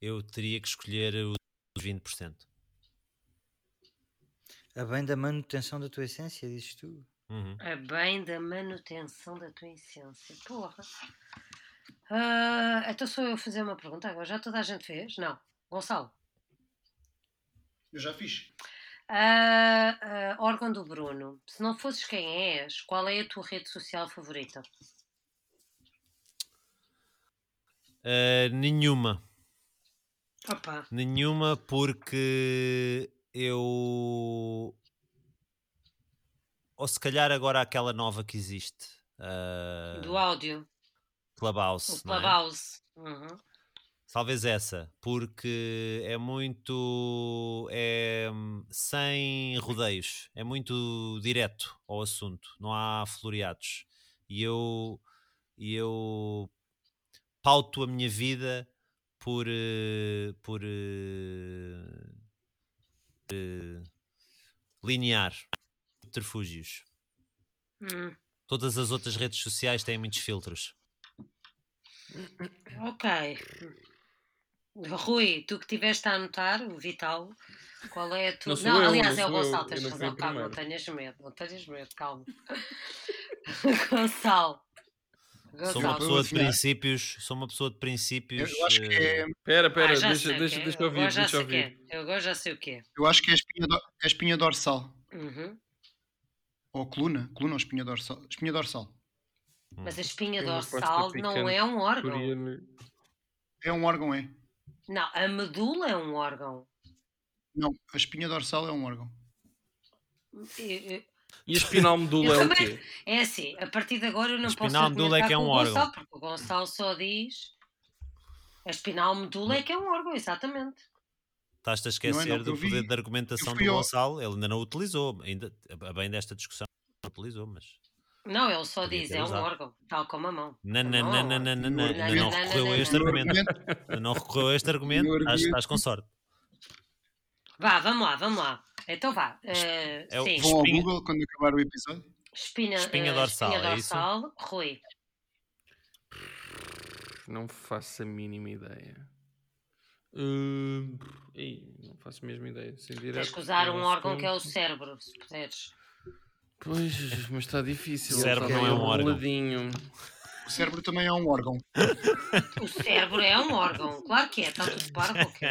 [SPEAKER 2] eu teria que escolher os 20%.
[SPEAKER 4] A bem da manutenção da tua essência, dizes tu.
[SPEAKER 2] Uhum.
[SPEAKER 1] A bem da manutenção da tua essência. Porra. Ah, então sou eu a fazer uma pergunta agora. Já toda a gente fez? Não. Gonçalo.
[SPEAKER 5] Eu já fiz.
[SPEAKER 1] Ah, ah, órgão do Bruno. Se não fosses quem és, qual é a tua rede social favorita?
[SPEAKER 2] Ah, nenhuma.
[SPEAKER 1] Opa.
[SPEAKER 2] Nenhuma, porque eu. Ou se calhar agora aquela nova que existe. ah,
[SPEAKER 1] Do áudio. O
[SPEAKER 2] Clubhouse. não é?
[SPEAKER 1] Clubhouse. Uhum.
[SPEAKER 2] Talvez essa, porque é muito. É, hum, sem rodeios, é muito direto ao assunto, não há floreados. E eu, e eu pauto a minha vida por. eh, por eh, eh, linear, subterfúgios.
[SPEAKER 1] Hum.
[SPEAKER 2] Todas as outras redes sociais têm muitos filtros.
[SPEAKER 1] Ok. Rui, tu que tiveste a anotar, o Vital, qual é a tua.
[SPEAKER 3] Não sou eu,
[SPEAKER 1] aliás,
[SPEAKER 3] não
[SPEAKER 1] é o
[SPEAKER 3] sou eu,
[SPEAKER 1] Gonçalo,
[SPEAKER 3] eu
[SPEAKER 1] tens
[SPEAKER 3] não fui
[SPEAKER 1] razão,
[SPEAKER 3] o
[SPEAKER 1] calma, não
[SPEAKER 3] primeiro.
[SPEAKER 1] tenhas medo, não tenhas medo, calma. Gonçalo.
[SPEAKER 2] Sou uma
[SPEAKER 5] Exato.
[SPEAKER 1] Gonçalo.
[SPEAKER 2] pessoa de
[SPEAKER 5] Afinal.
[SPEAKER 2] princípios, sou uma pessoa de
[SPEAKER 5] Eu,
[SPEAKER 2] princípios.
[SPEAKER 5] eu acho que
[SPEAKER 2] eh,
[SPEAKER 5] é,
[SPEAKER 3] Pera,
[SPEAKER 1] Ah,
[SPEAKER 3] pera,
[SPEAKER 1] já
[SPEAKER 3] deixa,
[SPEAKER 1] sei o
[SPEAKER 3] deixa,
[SPEAKER 1] quê,
[SPEAKER 3] deixa eu
[SPEAKER 1] eu
[SPEAKER 3] ouvir,
[SPEAKER 1] agora já
[SPEAKER 3] deixa eu
[SPEAKER 1] sei o é.
[SPEAKER 3] ouvir.
[SPEAKER 1] quê, eu agora já sei o quê.
[SPEAKER 5] eu acho que é a espinha, do- é a espinha dorsal.
[SPEAKER 1] Uhum.
[SPEAKER 5] Ou coluna. Coluna ou espinha dorsal? Espinha dorsal.
[SPEAKER 1] Mas a espinha
[SPEAKER 3] Tem uma pasta
[SPEAKER 1] dorsal não é um órgão.
[SPEAKER 3] Coreano.
[SPEAKER 5] É um órgão, é?
[SPEAKER 1] Não, a medula é um órgão.
[SPEAKER 5] Não, a espinha dorsal é um órgão.
[SPEAKER 1] Eu- eu-
[SPEAKER 3] E a espinal medula é o quê?
[SPEAKER 1] É assim, a partir de agora eu não
[SPEAKER 2] A
[SPEAKER 1] posso
[SPEAKER 2] espinal medula é
[SPEAKER 1] argumentar
[SPEAKER 2] que é
[SPEAKER 1] com
[SPEAKER 2] um
[SPEAKER 1] o
[SPEAKER 2] órgão.
[SPEAKER 1] Gonçalo, porque o Gonçalo só diz a espinal medula é que é um órgão, exatamente.
[SPEAKER 2] Estás-te a
[SPEAKER 5] Não é,
[SPEAKER 2] esquecer
[SPEAKER 5] não,
[SPEAKER 2] do
[SPEAKER 5] eu vi-
[SPEAKER 2] poder da
[SPEAKER 5] eu
[SPEAKER 2] argumentação do
[SPEAKER 5] fui ao-
[SPEAKER 2] Gonçalo. Ele ainda não o utilizou, ainda, a bem desta discussão, não utilizou, mas.
[SPEAKER 1] Não, ele só
[SPEAKER 2] Podia
[SPEAKER 1] diz,
[SPEAKER 2] ter
[SPEAKER 1] é um
[SPEAKER 2] usado.
[SPEAKER 1] órgão, tal como a mão.
[SPEAKER 2] Não,
[SPEAKER 1] A
[SPEAKER 2] não,
[SPEAKER 1] mão é
[SPEAKER 2] não,
[SPEAKER 1] um
[SPEAKER 2] não,
[SPEAKER 1] órgão.
[SPEAKER 2] não, não, não, ainda não
[SPEAKER 1] Não, não, não,
[SPEAKER 2] recorreu a Então,
[SPEAKER 5] É.
[SPEAKER 2] este
[SPEAKER 1] não.
[SPEAKER 2] argumento. Ainda não recorreu a este argumento. Estás, estás com sorte.
[SPEAKER 1] Vá, vamos lá, vamos lá. Então vá. eh,
[SPEAKER 2] é o-
[SPEAKER 1] sim,
[SPEAKER 5] Vão ao
[SPEAKER 2] Espinha-
[SPEAKER 5] Google quando acabar o episódio.
[SPEAKER 1] espina,
[SPEAKER 2] espinha
[SPEAKER 1] eh,
[SPEAKER 2] dorsal,
[SPEAKER 1] espinha
[SPEAKER 2] é isso?
[SPEAKER 1] dorsal, Rui.
[SPEAKER 3] Não faço a mínima ideia. Hum, brr, ei, não faço a mesma ideia. Sem
[SPEAKER 1] Tens
[SPEAKER 3] direto,
[SPEAKER 1] que usar
[SPEAKER 3] não
[SPEAKER 1] um
[SPEAKER 3] sei.
[SPEAKER 1] órgão que é o cérebro, se puderes.
[SPEAKER 3] Pois, mas está difícil.
[SPEAKER 2] O cérebro
[SPEAKER 3] Está
[SPEAKER 4] não é
[SPEAKER 3] meio
[SPEAKER 2] um órgão.
[SPEAKER 3] roladinho.
[SPEAKER 5] O cérebro também é um órgão.
[SPEAKER 1] O cérebro é um órgão, claro que é, está tudo parvo. ok.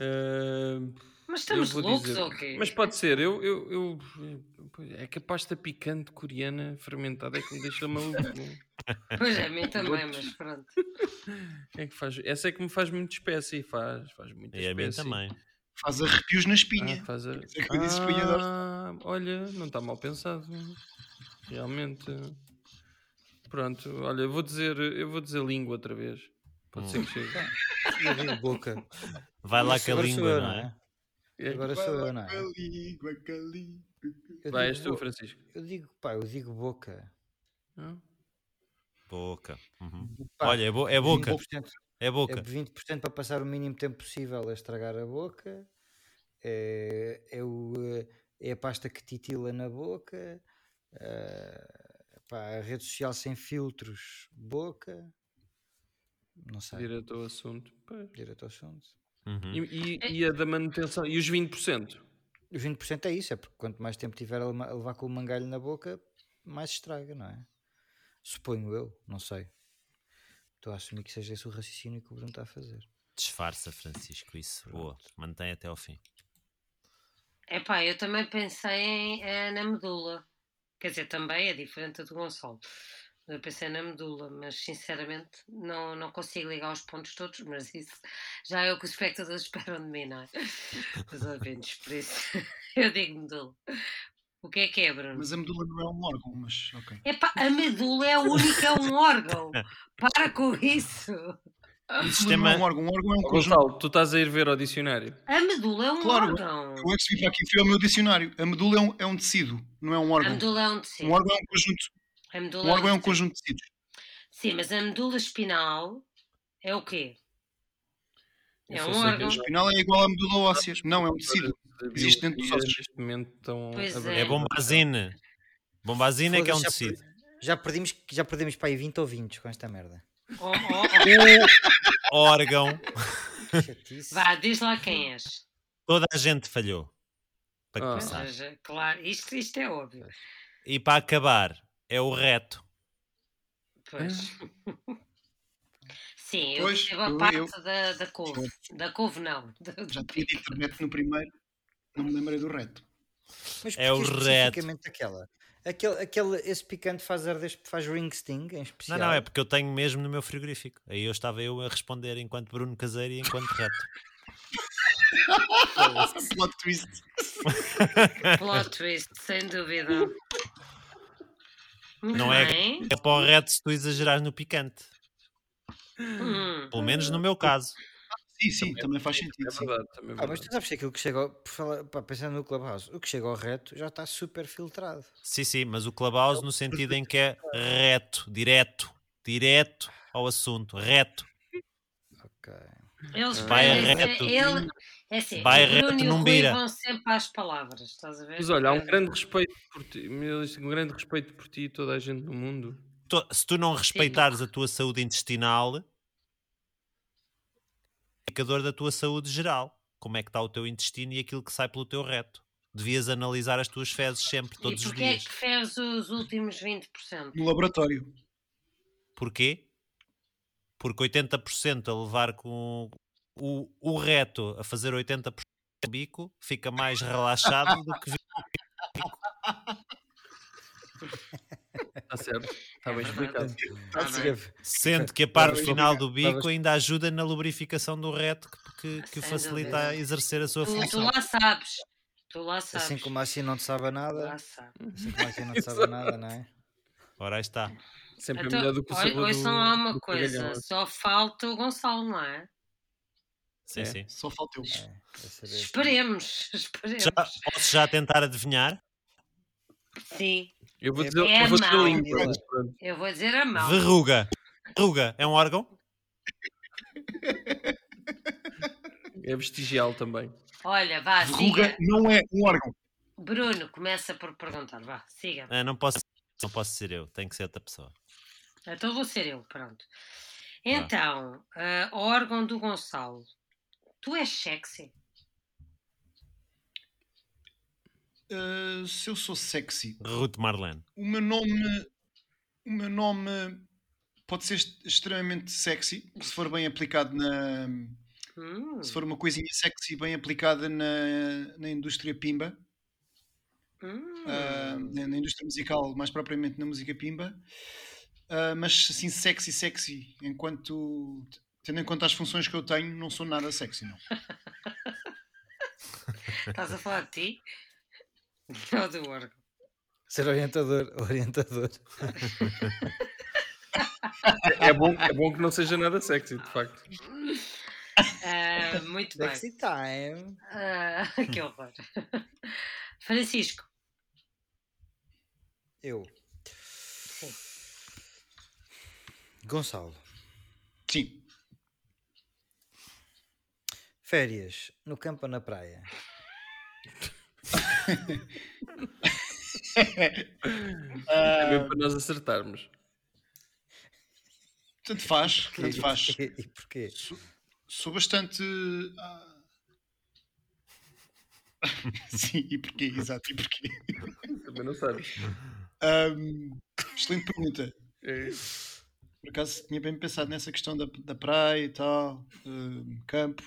[SPEAKER 3] Hum,
[SPEAKER 1] Mas estamos
[SPEAKER 3] Eu vou
[SPEAKER 1] loucos
[SPEAKER 3] dizer.
[SPEAKER 1] ou quê?
[SPEAKER 3] Mas pode ser, eu, eu, eu- É que a pasta picante coreana fermentada é que me deixa maluco.
[SPEAKER 1] Pois é, a mim também, mas pronto.
[SPEAKER 3] É que faz... Essa é que me faz muita espécie. Faz, faz muita
[SPEAKER 2] E é a mim
[SPEAKER 3] espécie.
[SPEAKER 2] também.
[SPEAKER 5] Faz arrepios na espinha.
[SPEAKER 3] Ah, faz a...
[SPEAKER 5] é que eu disse espinha dorsal.
[SPEAKER 3] Ah, olha, não está mal pensado. Realmente. Pronto, olha, vou dizer, eu vou dizer língua outra vez. Pode
[SPEAKER 2] Hum.
[SPEAKER 3] ser que chegue.
[SPEAKER 4] E boca.
[SPEAKER 2] Vai lá
[SPEAKER 4] Mas
[SPEAKER 2] com a
[SPEAKER 4] agora sou eu,
[SPEAKER 2] língua, não é?
[SPEAKER 3] É.
[SPEAKER 4] Agora sou eu, não é?
[SPEAKER 5] Guacali, guacali.
[SPEAKER 1] é
[SPEAKER 4] Eu
[SPEAKER 3] Vai, és
[SPEAKER 4] digo,
[SPEAKER 3] tu,
[SPEAKER 4] bo-
[SPEAKER 3] Francisco. Ah,
[SPEAKER 4] eu digo, pá, eu digo boca.
[SPEAKER 3] Não?
[SPEAKER 2] Boca. Uhum.
[SPEAKER 4] Pá,
[SPEAKER 2] Olha, é, bo- é boca.
[SPEAKER 4] 20%,
[SPEAKER 2] É
[SPEAKER 4] É
[SPEAKER 2] boca.
[SPEAKER 4] 20% para passar o mínimo tempo possível a estragar a boca. É, é, o, eh, é a pasta que titila na boca. eh, pá, a rede social sem filtros, boca. Não sei.
[SPEAKER 3] Direto ao assunto. Pois.
[SPEAKER 4] Direto ao assunto.
[SPEAKER 2] Uhum.
[SPEAKER 3] E,
[SPEAKER 1] É
[SPEAKER 3] e- e a da manutenção? E os 20%?
[SPEAKER 4] Os 20% é isso, é porque quanto mais tempo tiver a lema- a levar com o mangalho na boca, mais estraga, não é? Suponho eu, não sei. Estou a assumir que seja esse o raciocínio que o Bruno está a fazer.
[SPEAKER 2] Disfarça, Francisco. Isso. Boa. Mantém até ao fim.
[SPEAKER 1] Epá, eu também pensei em, eh, na medula. Quer dizer, também é diferente da do Gonçalo. Eu pensei na medula, mas sinceramente não, não consigo ligar os pontos todos, mas isso já é o que os espectadores esperam de mim, não é? Os ouvintes, por isso eu digo medula. O que é que é, Bruno?
[SPEAKER 5] Mas a medula não é um órgão, mas ok.
[SPEAKER 1] Epá, a medula é a única, é um órgão. Para com isso.
[SPEAKER 5] A medula não
[SPEAKER 2] sistema-
[SPEAKER 5] é um órgão, um órgão é um conjunto.
[SPEAKER 3] Gonçalo, tu estás a ir ver ao dicionário.
[SPEAKER 1] A medula é um
[SPEAKER 5] Claro.
[SPEAKER 1] órgão.
[SPEAKER 5] Eu é que subi para aqui, fui ao meu dicionário. A medula é um, é um tecido, não é um
[SPEAKER 1] A
[SPEAKER 5] órgão.
[SPEAKER 1] medula é um
[SPEAKER 5] Um
[SPEAKER 1] tecido.
[SPEAKER 5] órgão é um conjunto.
[SPEAKER 1] A medula
[SPEAKER 5] Um órgão é um
[SPEAKER 1] tecido.
[SPEAKER 5] conjunto de tecidos.
[SPEAKER 1] Sim, mas a medula espinal é o quê?
[SPEAKER 3] Eu assim
[SPEAKER 1] É
[SPEAKER 3] só
[SPEAKER 1] um
[SPEAKER 3] sei que
[SPEAKER 1] órgão.
[SPEAKER 3] as
[SPEAKER 5] Afinal é igual à medula óssea. Não, é um tecido.
[SPEAKER 3] pessoas da
[SPEAKER 5] Existe dentro dos
[SPEAKER 3] biologia
[SPEAKER 5] ossos.
[SPEAKER 3] Neste momento estão
[SPEAKER 1] Pois
[SPEAKER 3] a
[SPEAKER 1] é.
[SPEAKER 3] ver-
[SPEAKER 2] É bombazine. Bombazine é que é um
[SPEAKER 4] Foda-se, já
[SPEAKER 2] tecido.
[SPEAKER 4] per- Já perdemos, já perdemos para aí 20 ou 20 com esta merda.
[SPEAKER 1] Oh, oh,
[SPEAKER 2] O órgão.
[SPEAKER 4] Que Chatice.
[SPEAKER 1] oh. Vá, diz lá quem és.
[SPEAKER 2] Toda a gente falhou. Para
[SPEAKER 3] Ah.
[SPEAKER 1] Ou
[SPEAKER 2] começar.
[SPEAKER 1] seja, claro, isto, isto é óbvio.
[SPEAKER 2] E para acabar, é o reto.
[SPEAKER 1] Pois.
[SPEAKER 2] Ah.
[SPEAKER 1] Sim, eu
[SPEAKER 5] Pois,
[SPEAKER 1] percebo a
[SPEAKER 5] eu-
[SPEAKER 1] parte
[SPEAKER 5] eu-
[SPEAKER 1] Da, da couve. Da couve, não. Da-
[SPEAKER 5] Já tinha dito reto no primeiro. Não me lembrei do reto.
[SPEAKER 4] Mas
[SPEAKER 2] É o
[SPEAKER 4] porquê
[SPEAKER 2] reto.
[SPEAKER 4] especificamente aquela? Aquele, aquele, esse picante faz ardes, faz ring sting em
[SPEAKER 2] Não,
[SPEAKER 4] especial.
[SPEAKER 2] não, é porque eu tenho mesmo no meu frigorífico. Aí eu estava eu a responder enquanto Bruno Caseiro e enquanto reto.
[SPEAKER 5] Ah, Plot twist.
[SPEAKER 1] Plot twist, sem dúvida. Muito
[SPEAKER 2] Não é-
[SPEAKER 1] bem.
[SPEAKER 2] É para o reto se tu exagerares no picante.
[SPEAKER 1] Hum.
[SPEAKER 2] Pelo menos no meu caso.
[SPEAKER 5] Sim, sim, também faz sentido.
[SPEAKER 3] É
[SPEAKER 5] sim.
[SPEAKER 3] verdade, também é
[SPEAKER 4] Ah, mas
[SPEAKER 3] verdade.
[SPEAKER 4] tu sabes que aquilo que chega ao, por falar, pá, pensando no Clubhouse, o que chega ao reto já está super filtrado.
[SPEAKER 2] Sim, sim, mas o clubhouse no sentido em que é reto, direto, direto ao assunto, reto.
[SPEAKER 4] Ok.
[SPEAKER 1] Eles
[SPEAKER 2] Vai
[SPEAKER 1] pedem-
[SPEAKER 2] reto.
[SPEAKER 1] Ele, é assim,
[SPEAKER 2] Vai
[SPEAKER 1] o Bruno
[SPEAKER 2] reto,
[SPEAKER 1] e o
[SPEAKER 2] não
[SPEAKER 1] Rui
[SPEAKER 2] vira.
[SPEAKER 1] vão sempre às palavras, estás a ver?
[SPEAKER 3] Mas olha, há um grande respeito por ti, meu, isto é um grande respeito por ti e toda a gente no mundo.
[SPEAKER 2] Tu- Se tu não respeitares a tua saúde intestinal, é indicador da tua saúde geral. Como é que está o teu intestino e aquilo que sai pelo teu reto. Devias analisar as tuas fezes sempre, todos
[SPEAKER 1] e
[SPEAKER 2] os
[SPEAKER 1] porquê é
[SPEAKER 2] dias.
[SPEAKER 1] que fez os últimos 20%?
[SPEAKER 5] No laboratório.
[SPEAKER 2] Porquê? Porque 80% a levar com o, o reto a fazer 80% do bico fica mais relaxado do que
[SPEAKER 3] Está certo, está
[SPEAKER 1] É
[SPEAKER 3] bem
[SPEAKER 1] verdade.
[SPEAKER 3] explicado.
[SPEAKER 1] Tá
[SPEAKER 4] Assim
[SPEAKER 1] bem.
[SPEAKER 2] Sendo que a parte
[SPEAKER 4] Estavas
[SPEAKER 2] final do
[SPEAKER 4] Tá obrigado,
[SPEAKER 2] bico ainda ajuda na lubrificação do reto que, que, que
[SPEAKER 1] Sem
[SPEAKER 2] facilita
[SPEAKER 1] dúvida.
[SPEAKER 2] a exercer a sua
[SPEAKER 1] Tu, tu
[SPEAKER 2] função.
[SPEAKER 1] lá sabes. Tu lá sabes.
[SPEAKER 4] Assim como assim não te sabe a
[SPEAKER 1] Tu lá
[SPEAKER 4] nada,
[SPEAKER 1] sabes.
[SPEAKER 4] assim como assim não te sabe a nada, não é?
[SPEAKER 2] Ora aí está.
[SPEAKER 3] Sempre é
[SPEAKER 1] Então,
[SPEAKER 3] melhor do que o
[SPEAKER 1] olha,
[SPEAKER 3] sabor
[SPEAKER 1] hoje
[SPEAKER 3] do-
[SPEAKER 1] só há uma
[SPEAKER 3] do assim.
[SPEAKER 1] coisa,
[SPEAKER 3] cagalhão.
[SPEAKER 1] só falta o Gonçalo, não é?
[SPEAKER 2] Sim,
[SPEAKER 3] É.
[SPEAKER 2] sim.
[SPEAKER 5] Só falta eu.
[SPEAKER 4] Vai ser esse.
[SPEAKER 1] Esperemos, esperemos.
[SPEAKER 2] Já, posso já tentar adivinhar?
[SPEAKER 1] Sim,
[SPEAKER 3] Eu vou
[SPEAKER 4] É
[SPEAKER 3] dizer,
[SPEAKER 1] a
[SPEAKER 3] eu vou dizer
[SPEAKER 1] mão.
[SPEAKER 3] língua. mas pronto.
[SPEAKER 1] eu vou dizer a mão.
[SPEAKER 2] Verruga. Verruga é um órgão?
[SPEAKER 3] É vestigial também.
[SPEAKER 1] Olha, vá,
[SPEAKER 5] Verruga
[SPEAKER 1] siga.
[SPEAKER 5] não é um órgão.
[SPEAKER 1] Bruno, começa por perguntar, vá, siga.
[SPEAKER 2] Ah, não, posso, não posso ser eu, tem que ser outra pessoa.
[SPEAKER 1] Então vou ser eu, pronto. Então, ah, o órgão do Gonçalo, tu és sexy?
[SPEAKER 5] Uh, se eu sou sexy,
[SPEAKER 2] Ruth Marlene.
[SPEAKER 5] o meu nome. O meu nome pode ser est- extremamente sexy, se for bem aplicado na,
[SPEAKER 1] Hum,
[SPEAKER 5] Se for uma coisinha sexy bem aplicada na, na indústria pimba,
[SPEAKER 1] hum.
[SPEAKER 5] ah, na, na indústria musical, mais propriamente na música pimba, ah, mas assim sexy, sexy, enquanto tendo em conta as funções que eu tenho, não sou nada sexy, não.
[SPEAKER 1] Estás a falar de ti? Ou do órgão?
[SPEAKER 4] Ser orientador, orientador.
[SPEAKER 3] É bom, é bom que não seja nada sexy, de facto.
[SPEAKER 1] Ah, muito bem.
[SPEAKER 4] Sexy time.
[SPEAKER 1] Ah, que horror. Francisco,
[SPEAKER 4] Eu. Gonçalo.
[SPEAKER 5] Sim,
[SPEAKER 4] Férias, no campo ou na praia?
[SPEAKER 3] É mesmo para nós acertarmos.
[SPEAKER 5] tanto faz,
[SPEAKER 4] E,
[SPEAKER 5] tanto faz.
[SPEAKER 4] e- e porquê?
[SPEAKER 5] Sou, sou bastante. ah. Sim, e porquê? Exato, e porquê?
[SPEAKER 3] Também não sabes.
[SPEAKER 5] Ahm, excelente pergunta.
[SPEAKER 3] É.
[SPEAKER 5] Por acaso tinha bem pensado nessa questão da, da praia e tal, ahm, campo.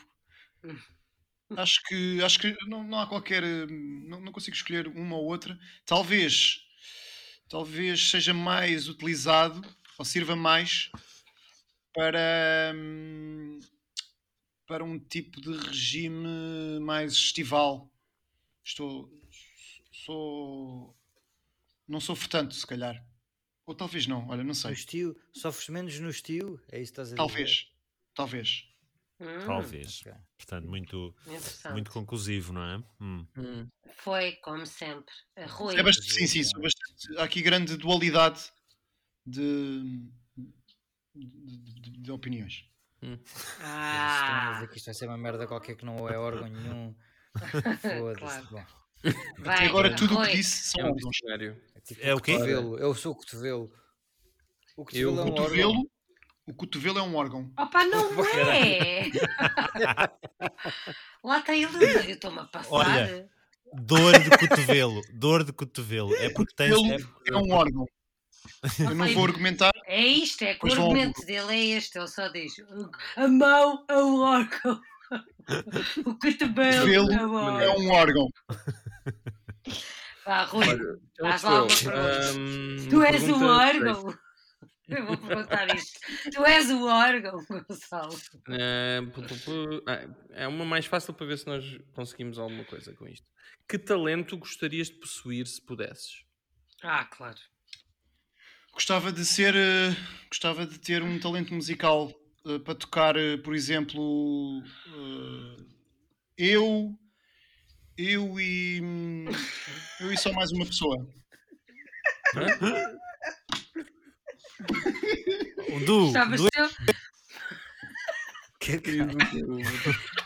[SPEAKER 5] Acho que, acho que não, não há qualquer. ahm, Não, não consigo escolher uma ou outra. Talvez. Talvez seja mais utilizado ou sirva mais para. ahm, para um tipo de regime mais estival. Estou. Sou. Não sofro tanto, se calhar. Ou talvez não, olha, não
[SPEAKER 4] No
[SPEAKER 5] sei.
[SPEAKER 4] estio? Sofres menos no estio? É isso que estás a dizer?
[SPEAKER 5] Talvez, talvez.
[SPEAKER 1] Hum,
[SPEAKER 2] Talvez.
[SPEAKER 4] Ok.
[SPEAKER 2] Portanto, muito,
[SPEAKER 1] interessante.
[SPEAKER 2] muito conclusivo, não é? Hum.
[SPEAKER 3] Hum.
[SPEAKER 1] Foi, como sempre. Rui,
[SPEAKER 5] É bastante, sim, sim, sou bastante- há aqui grande dualidade de, de- de- de opiniões.
[SPEAKER 4] Ah.
[SPEAKER 1] ah,
[SPEAKER 4] Aqui isto vai ser uma merda qualquer que não é órgão nenhum. Foda-se.
[SPEAKER 1] Claro.
[SPEAKER 4] Bom,
[SPEAKER 1] vai,
[SPEAKER 5] E agora tudo o
[SPEAKER 1] Rui,
[SPEAKER 5] que disse
[SPEAKER 3] É
[SPEAKER 5] são
[SPEAKER 3] um
[SPEAKER 5] órgãos.
[SPEAKER 3] dicionário.
[SPEAKER 4] é, tipo
[SPEAKER 2] É o quê?
[SPEAKER 4] Cotovelo. Eu sou o cotovelo. O cotovelo é
[SPEAKER 3] Eu-
[SPEAKER 5] O
[SPEAKER 4] um órgão.
[SPEAKER 5] cotovelo, o cotovelo é um órgão.
[SPEAKER 1] Opa, não é! Lá está ele, eu estou-me a passar.
[SPEAKER 2] Olha. Dor de cotovelo, dor de cotovelo. É porque tens.
[SPEAKER 5] Cotovelo
[SPEAKER 2] é-
[SPEAKER 5] é um órgão. Eu não vou argumentar,
[SPEAKER 1] É isto, é que o
[SPEAKER 5] Pois vão-
[SPEAKER 1] argumento dele é este, ele só diz a mão é um órgão. O cotovelo
[SPEAKER 5] cotovelo
[SPEAKER 1] é um
[SPEAKER 5] é
[SPEAKER 1] órgão.
[SPEAKER 5] um órgão.
[SPEAKER 1] Vá, Rui,
[SPEAKER 3] Olha, então
[SPEAKER 1] Vais
[SPEAKER 3] sou
[SPEAKER 1] lá
[SPEAKER 3] eu.
[SPEAKER 1] uma pergunta.
[SPEAKER 3] Ahm,
[SPEAKER 1] tu és o
[SPEAKER 3] pergunta
[SPEAKER 1] órgão. Eu vou perguntar isto. Tu és o órgão, Gonçalo.
[SPEAKER 3] Ah, pu- pu- pu- ah, é uma mais fácil para ver se nós conseguimos alguma coisa com isto. Que talento gostarias de possuir se pudesses?
[SPEAKER 1] Ah, claro.
[SPEAKER 5] Gostava de ser, eh, gostava de ter um talento musical eh, para tocar, eh, por exemplo, eh, eu, eu e hum, eu e só mais uma pessoa.
[SPEAKER 2] Du,
[SPEAKER 1] Gostavas
[SPEAKER 2] du
[SPEAKER 1] de ter,
[SPEAKER 4] Que- é que-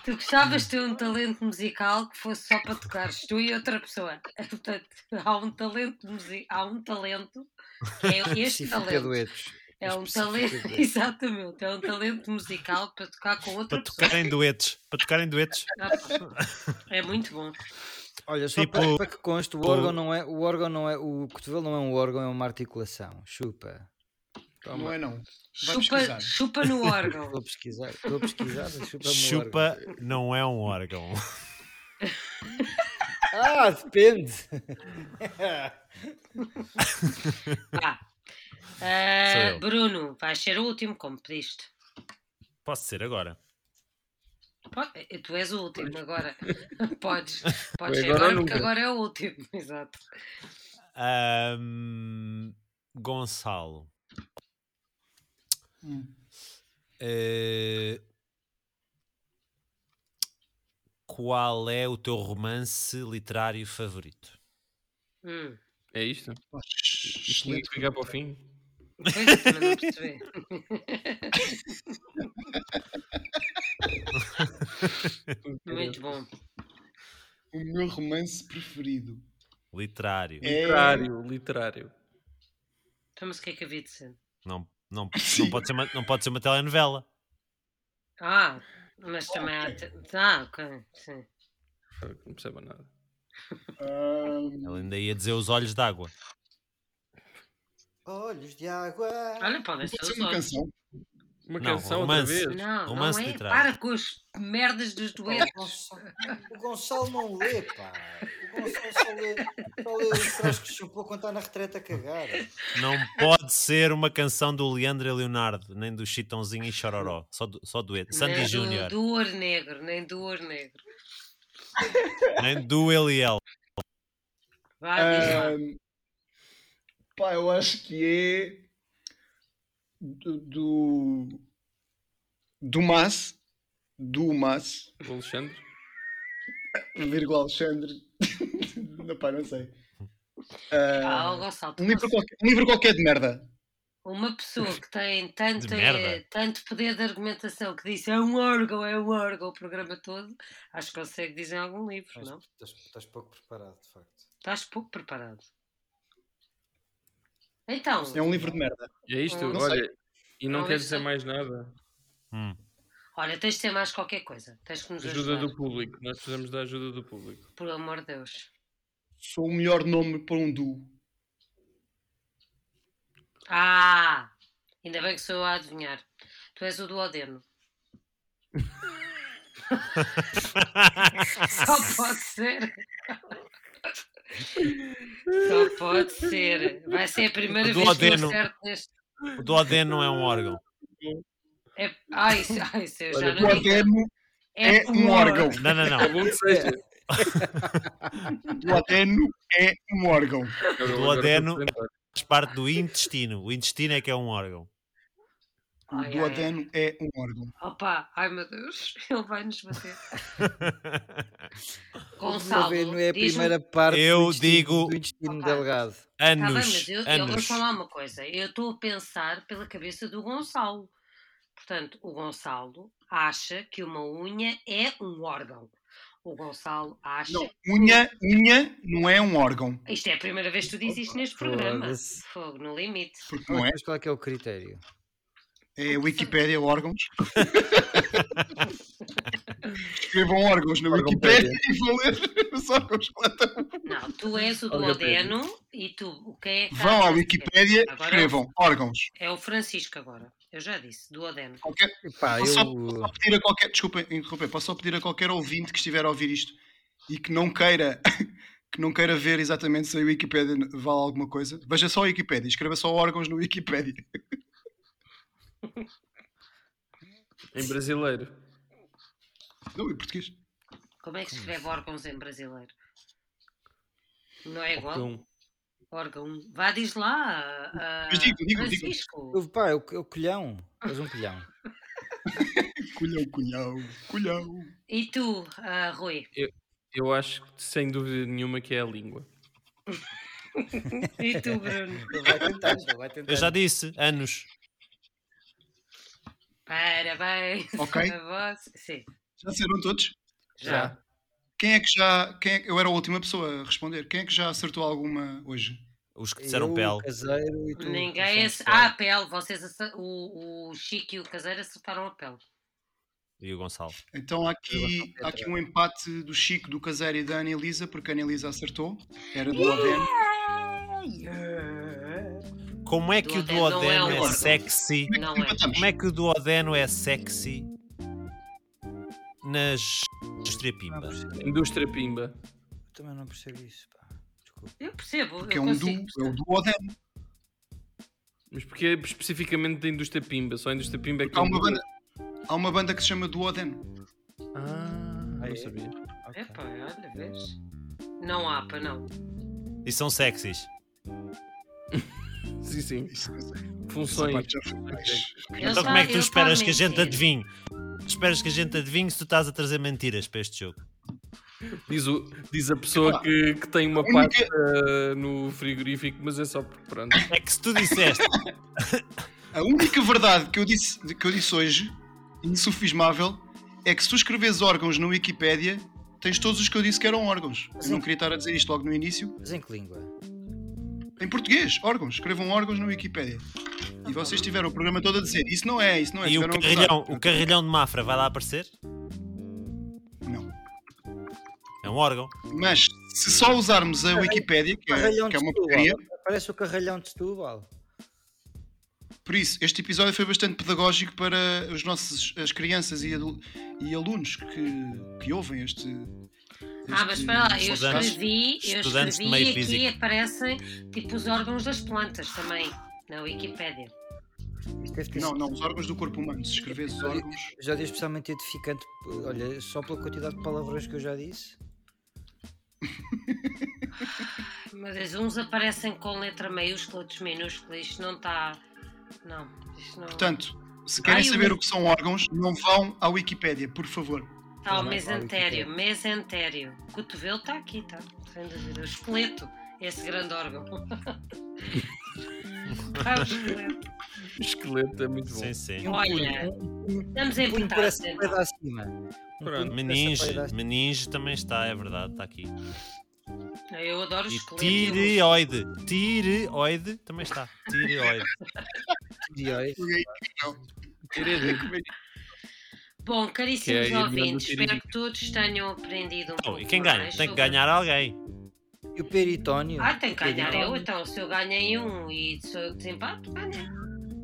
[SPEAKER 1] tu gostavas de ter um talento musical que fosse só para tocares tu e outra pessoa. Portanto, há um talento, musi- há um talento que é este
[SPEAKER 4] Especifica
[SPEAKER 1] talento.
[SPEAKER 4] duetos.
[SPEAKER 1] É um
[SPEAKER 4] Especifica
[SPEAKER 1] talento,
[SPEAKER 4] duetos.
[SPEAKER 1] exatamente, é um talento musical para tocar com outra
[SPEAKER 2] para tocar em duetos, para tocar em duetos.
[SPEAKER 1] pessoa. Ah, pá, É muito bom.
[SPEAKER 4] Olha, só
[SPEAKER 2] Tipo-
[SPEAKER 4] para, para que conste, o órgão não é, o órgão não é, o cotovelo não é um órgão, é uma articulação. Chupa.
[SPEAKER 2] Tá
[SPEAKER 5] Não é não. Vai
[SPEAKER 1] Chupa,
[SPEAKER 5] pesquisar.
[SPEAKER 1] chupa no órgão.
[SPEAKER 4] Estou a pesquisar, estou a pesquisar, mas
[SPEAKER 5] um
[SPEAKER 4] chupa-me o órgão.
[SPEAKER 2] Chupa não é um órgão.
[SPEAKER 4] Ah, depende.
[SPEAKER 1] Vá. Ah,
[SPEAKER 2] Sou eu.
[SPEAKER 1] Bruno, vais ser o último, como pediste.
[SPEAKER 2] Posso ser agora.
[SPEAKER 1] Po- eh, Tu és o último agora. Podes,
[SPEAKER 3] Ou é
[SPEAKER 1] podes ser
[SPEAKER 3] agora
[SPEAKER 1] agora,
[SPEAKER 3] ou
[SPEAKER 1] porque
[SPEAKER 3] nunca.
[SPEAKER 1] agora é o último. Exato.
[SPEAKER 2] Ahm, Gonçalo.
[SPEAKER 5] Hum.
[SPEAKER 2] Eh, qual é o teu romance literário favorito?
[SPEAKER 1] Hum.
[SPEAKER 3] É isto?
[SPEAKER 2] é
[SPEAKER 3] Isto tinha
[SPEAKER 5] Excelente.
[SPEAKER 3] que ficar para o fim?
[SPEAKER 1] Pois, também não percebi. Muito bom.
[SPEAKER 5] O meu romance preferido
[SPEAKER 2] Literário.
[SPEAKER 5] é
[SPEAKER 3] Literário, literário.
[SPEAKER 1] Então, mas o que é que havia de ser?
[SPEAKER 2] Não, não, não,
[SPEAKER 5] Sim.
[SPEAKER 2] pode ser uma, não pode ser uma telenovela.
[SPEAKER 1] Ah, mas
[SPEAKER 5] é?
[SPEAKER 1] também há. te- Ah, ok. Sim.
[SPEAKER 3] Eu Não percebo nada.
[SPEAKER 5] Ah, ahm,
[SPEAKER 2] Ela ainda ia dizer os olhos d'água.
[SPEAKER 4] Olhos de água.
[SPEAKER 1] Olha, podem
[SPEAKER 5] pode
[SPEAKER 1] ser
[SPEAKER 5] ser
[SPEAKER 1] os
[SPEAKER 5] uma
[SPEAKER 1] olhos.
[SPEAKER 5] canção.
[SPEAKER 3] Uma
[SPEAKER 2] Não,
[SPEAKER 3] canção
[SPEAKER 2] romance.
[SPEAKER 3] outra vez?
[SPEAKER 1] Não, não
[SPEAKER 2] Romance
[SPEAKER 1] é.
[SPEAKER 2] literário.
[SPEAKER 1] Para com as merdas dos duetos.
[SPEAKER 4] O Gonçalo não lê, pá. O Gonçalo só lê, só lê os frascos que chupou quando está na retreta a cagar.
[SPEAKER 2] Não pode ser uma canção do Leandro e Leonardo, nem do Chitãozinho e Chororó. Só do, só do Ed- Sandy
[SPEAKER 1] Nem
[SPEAKER 2] Júnior,
[SPEAKER 1] Do, do Ouro Negro, nem do Ouro Negro.
[SPEAKER 2] nem do Eliel.
[SPEAKER 1] Vai, diz lá.
[SPEAKER 5] Ahm, Ah, pá, eu acho que é do do, do Mas, do Mas,
[SPEAKER 3] O Alexandre?
[SPEAKER 5] vírgula Alexandre, não, pá, não sei.
[SPEAKER 1] Ah,
[SPEAKER 5] Ah,
[SPEAKER 1] ó, Gonçalo, tu
[SPEAKER 5] um, livro qualquer, um livro qualquer de merda.
[SPEAKER 1] Uma pessoa que tem tanto,
[SPEAKER 2] De merda.
[SPEAKER 1] eh, tanto poder de argumentação que disse é um órgão, é um órgão o programa todo, acho que consegue dizer em algum livro, não?
[SPEAKER 4] Estás, estás pouco preparado, de facto.
[SPEAKER 1] Estás pouco preparado. Então,
[SPEAKER 5] É um livro de merda.
[SPEAKER 3] É isto?
[SPEAKER 1] Não
[SPEAKER 5] sei.
[SPEAKER 3] Olha, e não,
[SPEAKER 1] Não,
[SPEAKER 3] quer
[SPEAKER 1] isto
[SPEAKER 3] dizer
[SPEAKER 1] é-
[SPEAKER 3] mais nada.
[SPEAKER 2] Hum.
[SPEAKER 1] olha, tens de ser mais qualquer coisa. Tens que nos
[SPEAKER 3] Ajuda
[SPEAKER 1] ajudar,
[SPEAKER 3] do público. Nós precisamos da ajuda do público.
[SPEAKER 1] por amor de Deus.
[SPEAKER 5] Sou o melhor nome para um duo.
[SPEAKER 1] Ah! Ainda bem que sou eu a adivinhar. Tu és o duodeno. Só pode ser. Só pode ser. Vai ser a primeira
[SPEAKER 2] O
[SPEAKER 1] vez que eu
[SPEAKER 2] duodeno.
[SPEAKER 1] acerto neste.
[SPEAKER 2] O Duodeno não é um órgão.
[SPEAKER 1] É... Ah, isso, ah, isso eu já
[SPEAKER 5] Olha,
[SPEAKER 1] não digo.
[SPEAKER 5] Duodeno é um órgão.
[SPEAKER 2] Não, não, não.
[SPEAKER 3] É bom que seja.
[SPEAKER 5] Duodeno é um órgão.
[SPEAKER 3] Agora-
[SPEAKER 2] Do
[SPEAKER 3] agora
[SPEAKER 2] Adeno.
[SPEAKER 3] vou tentar.
[SPEAKER 2] Faz parte do intestino. O intestino é que é um órgão.
[SPEAKER 5] O
[SPEAKER 1] Ai, ai,
[SPEAKER 5] Duodeno é um órgão.
[SPEAKER 1] ai. Opa, ai meu Deus, ele vai nos bater.
[SPEAKER 4] Vou
[SPEAKER 1] Gonçalo,
[SPEAKER 4] ver, não é a
[SPEAKER 1] diz-me-
[SPEAKER 4] primeira parte
[SPEAKER 2] Eu
[SPEAKER 4] do intestino,
[SPEAKER 2] digo-
[SPEAKER 4] do intestino
[SPEAKER 1] Opa.
[SPEAKER 4] delgado.
[SPEAKER 1] Tá bem,
[SPEAKER 2] Anos.
[SPEAKER 1] mas eu, eu vou
[SPEAKER 2] anos.
[SPEAKER 1] falar uma coisa. Eu estou a pensar pela cabeça do Gonçalo. Portanto, o Gonçalo acha que uma unha é um órgão. O Gonçalo acha.
[SPEAKER 5] Não, unha, unha não é um órgão.
[SPEAKER 1] Isto é a primeira vez que tu dizes isto neste programa.
[SPEAKER 4] Foda-se.
[SPEAKER 1] Fogo no limite.
[SPEAKER 5] Porque não é.
[SPEAKER 4] Mas qual é que é o critério?
[SPEAKER 5] É a Wikipédia órgãos. Escrevam órgãos na Wikipédia e vão ler os órgãos.
[SPEAKER 1] Tá,
[SPEAKER 5] que lá estão.
[SPEAKER 1] Não, tu és o do
[SPEAKER 3] Olha, Pedro.
[SPEAKER 1] Odeno e tu, o que é que há
[SPEAKER 5] Vão à
[SPEAKER 1] de dizer?
[SPEAKER 5] Wikipédia,
[SPEAKER 1] Agora-
[SPEAKER 5] escrevam órgãos.
[SPEAKER 1] É o Francisco agora. Eu já disse, do Odeno.
[SPEAKER 5] Qualquer,
[SPEAKER 4] Pá, eu...
[SPEAKER 5] posso, só, posso só pedir a qualquer, desculpem, interromper, posso só pedir a qualquer ouvinte que estiver a ouvir isto e que não queira que não queira ver exatamente se a Wikipédia vale alguma coisa, veja só a Wikipédia, escreva só órgãos no Wikipédia.
[SPEAKER 3] Em brasileiro.
[SPEAKER 5] Não, em português.
[SPEAKER 1] Como é que se escreve
[SPEAKER 2] assim?
[SPEAKER 1] órgãos em brasileiro? Não é igual?
[SPEAKER 3] Então,
[SPEAKER 1] Órgão. um. Vá, diz lá. ah,
[SPEAKER 5] Mas digo, digo, digo.
[SPEAKER 1] Francisco.
[SPEAKER 4] eu- pá, eu, eu colhão. És um colhão.
[SPEAKER 5] Colhão, colhão, colhão.
[SPEAKER 1] E tu, ah, Rui?
[SPEAKER 3] eu acho que sem dúvida nenhuma que é a língua.
[SPEAKER 1] E tu, Bruno?
[SPEAKER 4] Ele vai tentar, ele vai tentar.
[SPEAKER 2] Eu já disse, anos.
[SPEAKER 1] Parabéns.
[SPEAKER 5] Ok.
[SPEAKER 1] a vós. Sim,
[SPEAKER 5] Já saíram todos?
[SPEAKER 1] já.
[SPEAKER 5] Quem é que já. Quem é que- eu era a última pessoa a responder. Quem é que já acertou alguma hoje?
[SPEAKER 2] Os que disseram
[SPEAKER 4] eu,
[SPEAKER 2] pele.
[SPEAKER 4] Caseiro, e tu,
[SPEAKER 1] Ninguém.
[SPEAKER 4] Gonçalo.
[SPEAKER 1] ace-
[SPEAKER 2] um
[SPEAKER 1] Ah, a pele. Vocês ace- o, o Chico e o Caseiro acertaram a pele.
[SPEAKER 2] E o Gonçalo.
[SPEAKER 5] Então há aqui, há aqui um empate do Chico, do Caseiro e da Ana Elisa, porque a Ana Elisa acertou. Era do Oden.
[SPEAKER 2] Como é que o
[SPEAKER 1] Duodeno não é um
[SPEAKER 2] Duodeno é
[SPEAKER 1] órgão.
[SPEAKER 2] sexy?
[SPEAKER 1] Não é.
[SPEAKER 5] Empatamos.
[SPEAKER 2] Como é que o Duodeno é sexy nas indústria
[SPEAKER 1] Ah!
[SPEAKER 4] Não
[SPEAKER 2] pimba?
[SPEAKER 4] percebo-
[SPEAKER 3] Indústria Pimba.
[SPEAKER 4] Também não percebo isso, pá. Desculpa.
[SPEAKER 1] Eu percebo.
[SPEAKER 5] Porque é
[SPEAKER 1] eu
[SPEAKER 5] um
[SPEAKER 1] consigo
[SPEAKER 5] duo, é o
[SPEAKER 1] perceber.
[SPEAKER 5] do Oden.
[SPEAKER 3] Mas porque é especificamente da indústria Pimba? Só a indústria Pimba é que
[SPEAKER 5] Há uma
[SPEAKER 3] tem-
[SPEAKER 5] banda, há uma banda que se chama do Oden.
[SPEAKER 3] Ah,
[SPEAKER 4] Ah, é?
[SPEAKER 3] não sabia.
[SPEAKER 4] Ok.
[SPEAKER 1] Epá, olha, vês? Não há, pá, não.
[SPEAKER 2] E são sexys.
[SPEAKER 3] Sim, sim.
[SPEAKER 5] Isso, essa
[SPEAKER 3] Funções.
[SPEAKER 5] parte já foi mais-
[SPEAKER 1] Ele
[SPEAKER 2] Então
[SPEAKER 1] tá-
[SPEAKER 2] como é que tu
[SPEAKER 1] ele tá
[SPEAKER 2] esperas que a gente
[SPEAKER 1] mentindo.
[SPEAKER 2] adivinhe? Tu esperas que a gente adivinhe se tu estás a trazer mentiras para este jogo?
[SPEAKER 3] Diz, o- diz a pessoa
[SPEAKER 5] Epá,
[SPEAKER 3] que, que tem uma
[SPEAKER 5] única-
[SPEAKER 3] pasta no frigorífico, mas é só porque pronto.
[SPEAKER 2] É que se tu disseste,
[SPEAKER 5] A única verdade que eu disse, que eu disse hoje, insufismável, é que se tu escreves órgãos na Wikipédia, tens todos os que eu disse que eram órgãos. Eu não queria estar a dizer isto logo no início.
[SPEAKER 4] Mas em que língua?
[SPEAKER 5] Em português, órgãos. Escrevam órgãos na Wikipédia. E vocês tiveram o programa todo a dizer, isso não é, isso não é.
[SPEAKER 2] e um o
[SPEAKER 5] tiveram a
[SPEAKER 2] carrilhão,
[SPEAKER 5] gozar.
[SPEAKER 2] o carrilhão de Mafra vai lá aparecer?
[SPEAKER 5] Não.
[SPEAKER 2] É um órgão.
[SPEAKER 5] Mas se só usarmos a Wikipédia, que é,
[SPEAKER 4] Carralhão
[SPEAKER 5] que é
[SPEAKER 4] de
[SPEAKER 5] uma
[SPEAKER 4] Setúbal.
[SPEAKER 5] porcaria,
[SPEAKER 4] Parece o carralhão de Setúbal.
[SPEAKER 5] Por isso, este episódio foi bastante pedagógico para os nossos, as crianças e, adu- e alunos que, que ouvem este.
[SPEAKER 1] Ah, mas espera lá, eu
[SPEAKER 2] Estudantes-
[SPEAKER 1] escrevi, eu
[SPEAKER 2] estudantes de
[SPEAKER 1] escrevi
[SPEAKER 2] meio
[SPEAKER 1] e aqui
[SPEAKER 2] físico.
[SPEAKER 1] aparecem tipo os órgãos das plantas também, na Wikipédia.
[SPEAKER 4] Isto deve ter
[SPEAKER 5] Não,
[SPEAKER 4] sido-
[SPEAKER 5] não, os órgãos do corpo humano. Se escreves os órgãos.
[SPEAKER 4] Episódio especialmente edificante, olha, só pela quantidade de palavrões que eu já disse.
[SPEAKER 1] Meu Deus, uns aparecem com letra maiúscula, outros minúscula, isto não está. Não, isto não. tá
[SPEAKER 5] Portanto, se querem
[SPEAKER 1] Ai, eu
[SPEAKER 5] saber
[SPEAKER 1] não-
[SPEAKER 5] o que são órgãos, não vão à Wikipédia, por favor.
[SPEAKER 1] Está o
[SPEAKER 4] Não,
[SPEAKER 1] mesentério, mesentério. O cotovelo está aqui, tá? Sem dúvida. O esqueleto, esse grande órgão. Tá o esqueleto.
[SPEAKER 3] Esqueleto é muito bom.
[SPEAKER 2] Sim, sim.
[SPEAKER 4] um
[SPEAKER 1] Olha,
[SPEAKER 4] punho, um-
[SPEAKER 1] Estamos
[SPEAKER 4] um punho
[SPEAKER 1] empatados.
[SPEAKER 4] para essa
[SPEAKER 1] então.
[SPEAKER 4] moeda acima. Um
[SPEAKER 3] Pronto.
[SPEAKER 4] punho para essa
[SPEAKER 2] Meninge,
[SPEAKER 4] moeda acima.
[SPEAKER 2] meninge também está, é verdade, está aqui.
[SPEAKER 1] Eu adoro o
[SPEAKER 2] E
[SPEAKER 1] esqueleto. eu-
[SPEAKER 2] tireoide, tireoide também está. Tireoide.
[SPEAKER 4] E olha,
[SPEAKER 1] Bom,
[SPEAKER 3] Que é a
[SPEAKER 1] caríssimos
[SPEAKER 3] irmã do
[SPEAKER 1] ouvintes, espero
[SPEAKER 3] Tiririca.
[SPEAKER 1] que todos tenham aprendido um
[SPEAKER 2] Então,
[SPEAKER 1] pouco
[SPEAKER 2] e quem
[SPEAKER 1] mais
[SPEAKER 2] ganha? Tem que
[SPEAKER 1] sobre-
[SPEAKER 2] ganhar um alguém.
[SPEAKER 4] E o peritónio.
[SPEAKER 1] Ah, tem que ganhar eu,
[SPEAKER 4] Peritónio.
[SPEAKER 1] então. Se eu ganhei um e se eu desempate, ganha.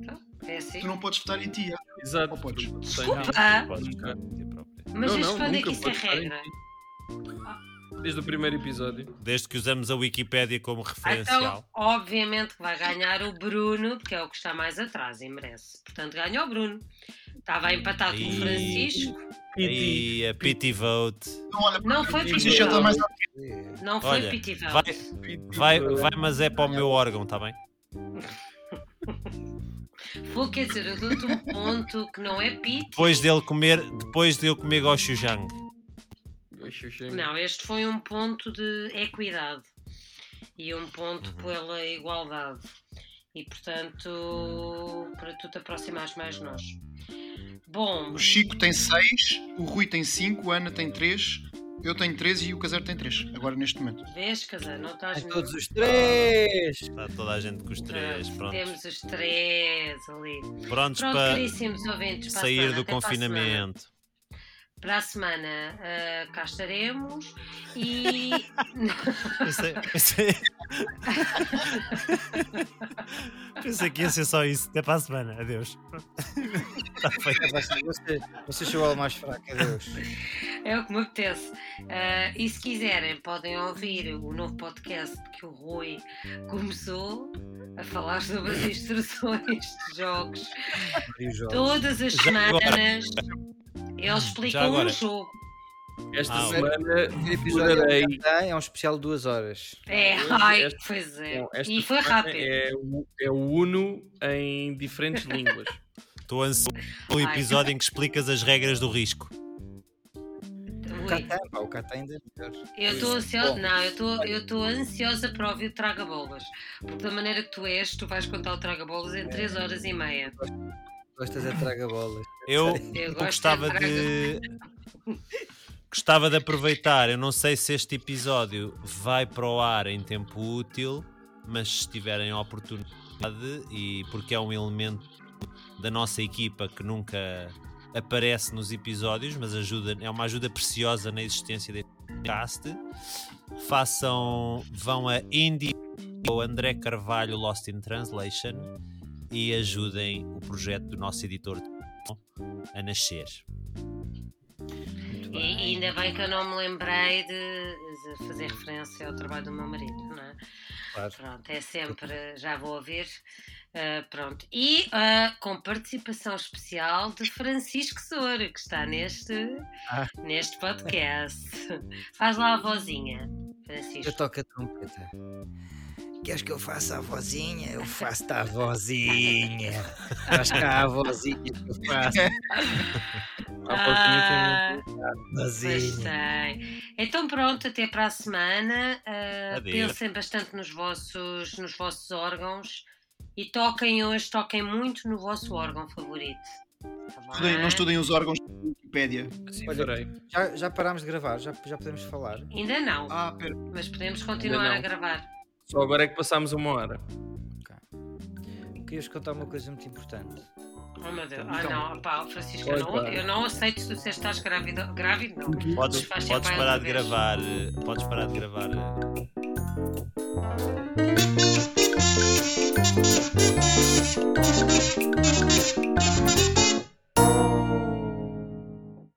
[SPEAKER 1] Então, É assim.
[SPEAKER 5] Tu não podes votar em ti,
[SPEAKER 3] Exato.
[SPEAKER 5] Ou podes?
[SPEAKER 3] Tenho-
[SPEAKER 1] Desculpa. ah,
[SPEAKER 2] Não, podes votar em ti próprio.
[SPEAKER 1] Mas
[SPEAKER 3] Não,
[SPEAKER 1] desde
[SPEAKER 3] não,
[SPEAKER 1] quando é
[SPEAKER 3] nunca
[SPEAKER 1] que isso é
[SPEAKER 3] podes votar em
[SPEAKER 1] regra?
[SPEAKER 3] ti. Desde o primeiro episódio.
[SPEAKER 2] Desde que usamos a Wikipédia como referencial.
[SPEAKER 1] Então, obviamente que vai ganhar o Bruno, porque é o que está mais atrás e merece. Portanto, ganha o Bruno. Estava empatado com o
[SPEAKER 2] E-
[SPEAKER 1] Francisco.
[SPEAKER 3] E
[SPEAKER 2] e a Pity Vote.
[SPEAKER 5] Não, olha,
[SPEAKER 1] Não foi
[SPEAKER 5] Francisco já
[SPEAKER 1] pitival.
[SPEAKER 5] está mais à
[SPEAKER 1] Não foi
[SPEAKER 2] Olha,
[SPEAKER 1] pitival.
[SPEAKER 2] Vai, vai, vai, mas é para o meu órgão, está bem?
[SPEAKER 1] Vou, quer dizer, eu dou-te um ponto que não é pit.
[SPEAKER 2] Depois dele comer, depois de eu comer gochujang.
[SPEAKER 1] Não, este foi um ponto de equidade. E um ponto
[SPEAKER 2] Uhum.
[SPEAKER 1] pela igualdade. E, portanto, para tu te aproximares mais de nós. Bom,
[SPEAKER 5] O Chico tem 6, o Rui tem 5, a Ana tem 3, eu tenho 3 e o Casero tem 3, agora neste momento.
[SPEAKER 1] vês, casar, não estás
[SPEAKER 4] Ai,
[SPEAKER 1] nenhum-
[SPEAKER 4] Todos os três.
[SPEAKER 2] Está Tá toda a gente com os três.
[SPEAKER 1] Portanto,
[SPEAKER 2] Prontos,
[SPEAKER 1] Ah, Temos os três ali.
[SPEAKER 2] prontos
[SPEAKER 1] Pronto,
[SPEAKER 2] para
[SPEAKER 1] caríssimos ouvintes, para a
[SPEAKER 2] sair
[SPEAKER 1] semana,
[SPEAKER 2] do
[SPEAKER 1] até para a semana.
[SPEAKER 2] confinamento.
[SPEAKER 1] Para a semana ah, cá estaremos e
[SPEAKER 2] Pensei, pensei... pensei que ia ser só isso. Até para a semana. Adeus. Está feito.
[SPEAKER 4] Ah, basta, Você, você chegou ao mais fraco, adeus.
[SPEAKER 1] é o que me apetece. Ah, e se quiserem, podem ouvir o novo podcast que o Rui começou a falar sobre as instruções de jogos.
[SPEAKER 4] Vários jogos.
[SPEAKER 1] Todas as
[SPEAKER 2] Já agora.
[SPEAKER 1] semanas ele
[SPEAKER 2] Já
[SPEAKER 1] explica um
[SPEAKER 2] agora.
[SPEAKER 1] jogo.
[SPEAKER 3] Esta
[SPEAKER 2] Ah,
[SPEAKER 3] semana
[SPEAKER 4] O
[SPEAKER 5] é
[SPEAKER 4] episódio
[SPEAKER 3] explorarei.
[SPEAKER 4] que já tem é um especial de duas horas.
[SPEAKER 1] É,
[SPEAKER 3] Hoje,
[SPEAKER 1] ai,
[SPEAKER 3] esta-
[SPEAKER 1] pois é.
[SPEAKER 3] Bom, esta
[SPEAKER 1] E foi
[SPEAKER 3] semana
[SPEAKER 1] rápido.
[SPEAKER 3] É o, é o Uno em diferentes línguas.
[SPEAKER 2] Estou ansioso pelo
[SPEAKER 1] Ai.
[SPEAKER 2] episódio em que explicas as regras do risco.
[SPEAKER 4] O
[SPEAKER 1] Rui.
[SPEAKER 3] Tá,
[SPEAKER 4] Catan, pá, o Catan ainda é melhor.
[SPEAKER 1] Eu estou ansiosa,
[SPEAKER 4] Bom.
[SPEAKER 1] não, eu estou eu tô ansiosa para ouvir o Traga Bolas. Porque da maneira que tu és, tu vais contar o Traga Bolas em
[SPEAKER 3] É.
[SPEAKER 1] 3 horas e meia.
[SPEAKER 4] Gostas é de traga bolas.
[SPEAKER 2] Eu,
[SPEAKER 1] Eu é
[SPEAKER 2] eu
[SPEAKER 1] gosto
[SPEAKER 2] gostava
[SPEAKER 1] de
[SPEAKER 2] de. Gostava de aproveitar. Eu não sei se este episódio vai para o ar em tempo útil, mas se tiverem a oportunidade, e porque é um elemento da nossa equipa que nunca aparece nos episódios, mas ajuda, é uma ajuda preciosa na existência deste podcast, façam. vão a Indie ou André Carvalho Lost in Translation e ajudem o projeto do nosso editor a nascer.
[SPEAKER 1] E e ainda bem que eu não me lembrei de de fazer referência ao trabalho do meu marido, não é?
[SPEAKER 4] Claro.
[SPEAKER 1] Pronto, é sempre, já vou ouvir. Ah, pronto. E ah, com participação especial de Francisco Soura, que está neste,
[SPEAKER 4] Ah.
[SPEAKER 1] neste podcast. Faz lá a vozinha, Francisco.
[SPEAKER 4] Eu toco a trompeta. Queres que eu faça a vozinha? Eu faço-te a vozinha. Faz cá a vozinha que eu faço. um-
[SPEAKER 1] Ah,
[SPEAKER 4] a
[SPEAKER 1] Pois é.
[SPEAKER 4] Vozinha.
[SPEAKER 1] tem. Então pronto, até para a semana. Ah,
[SPEAKER 2] Adeus.
[SPEAKER 1] pensem bastante nos vossos, nos vossos órgãos e toquem hoje, toquem muito no vosso órgão favorito. Tá bem?
[SPEAKER 5] Estudem, não estudem os órgãos da Wikipédia.
[SPEAKER 3] Sim,
[SPEAKER 4] Olha,
[SPEAKER 3] assim farei.
[SPEAKER 4] Já, já parámos de gravar, já, já podemos falar.
[SPEAKER 1] Ainda não,
[SPEAKER 5] Ah, pera.
[SPEAKER 1] mas podemos continuar
[SPEAKER 3] não.
[SPEAKER 1] a gravar.
[SPEAKER 3] Só agora é que passámos uma hora.
[SPEAKER 4] Querias contar uma coisa muito importante.
[SPEAKER 1] Oh meu Deus, ah
[SPEAKER 5] Então.
[SPEAKER 1] não, pá, o Francisco, eu não,
[SPEAKER 3] Opa.
[SPEAKER 1] eu não aceito se tu estás grávido, grávido não.
[SPEAKER 2] Podes,
[SPEAKER 1] Faz sempre
[SPEAKER 2] podes
[SPEAKER 1] mais
[SPEAKER 2] parar
[SPEAKER 1] uma
[SPEAKER 2] de
[SPEAKER 1] vez.
[SPEAKER 2] gravar, eh, podes parar de gravar. eh.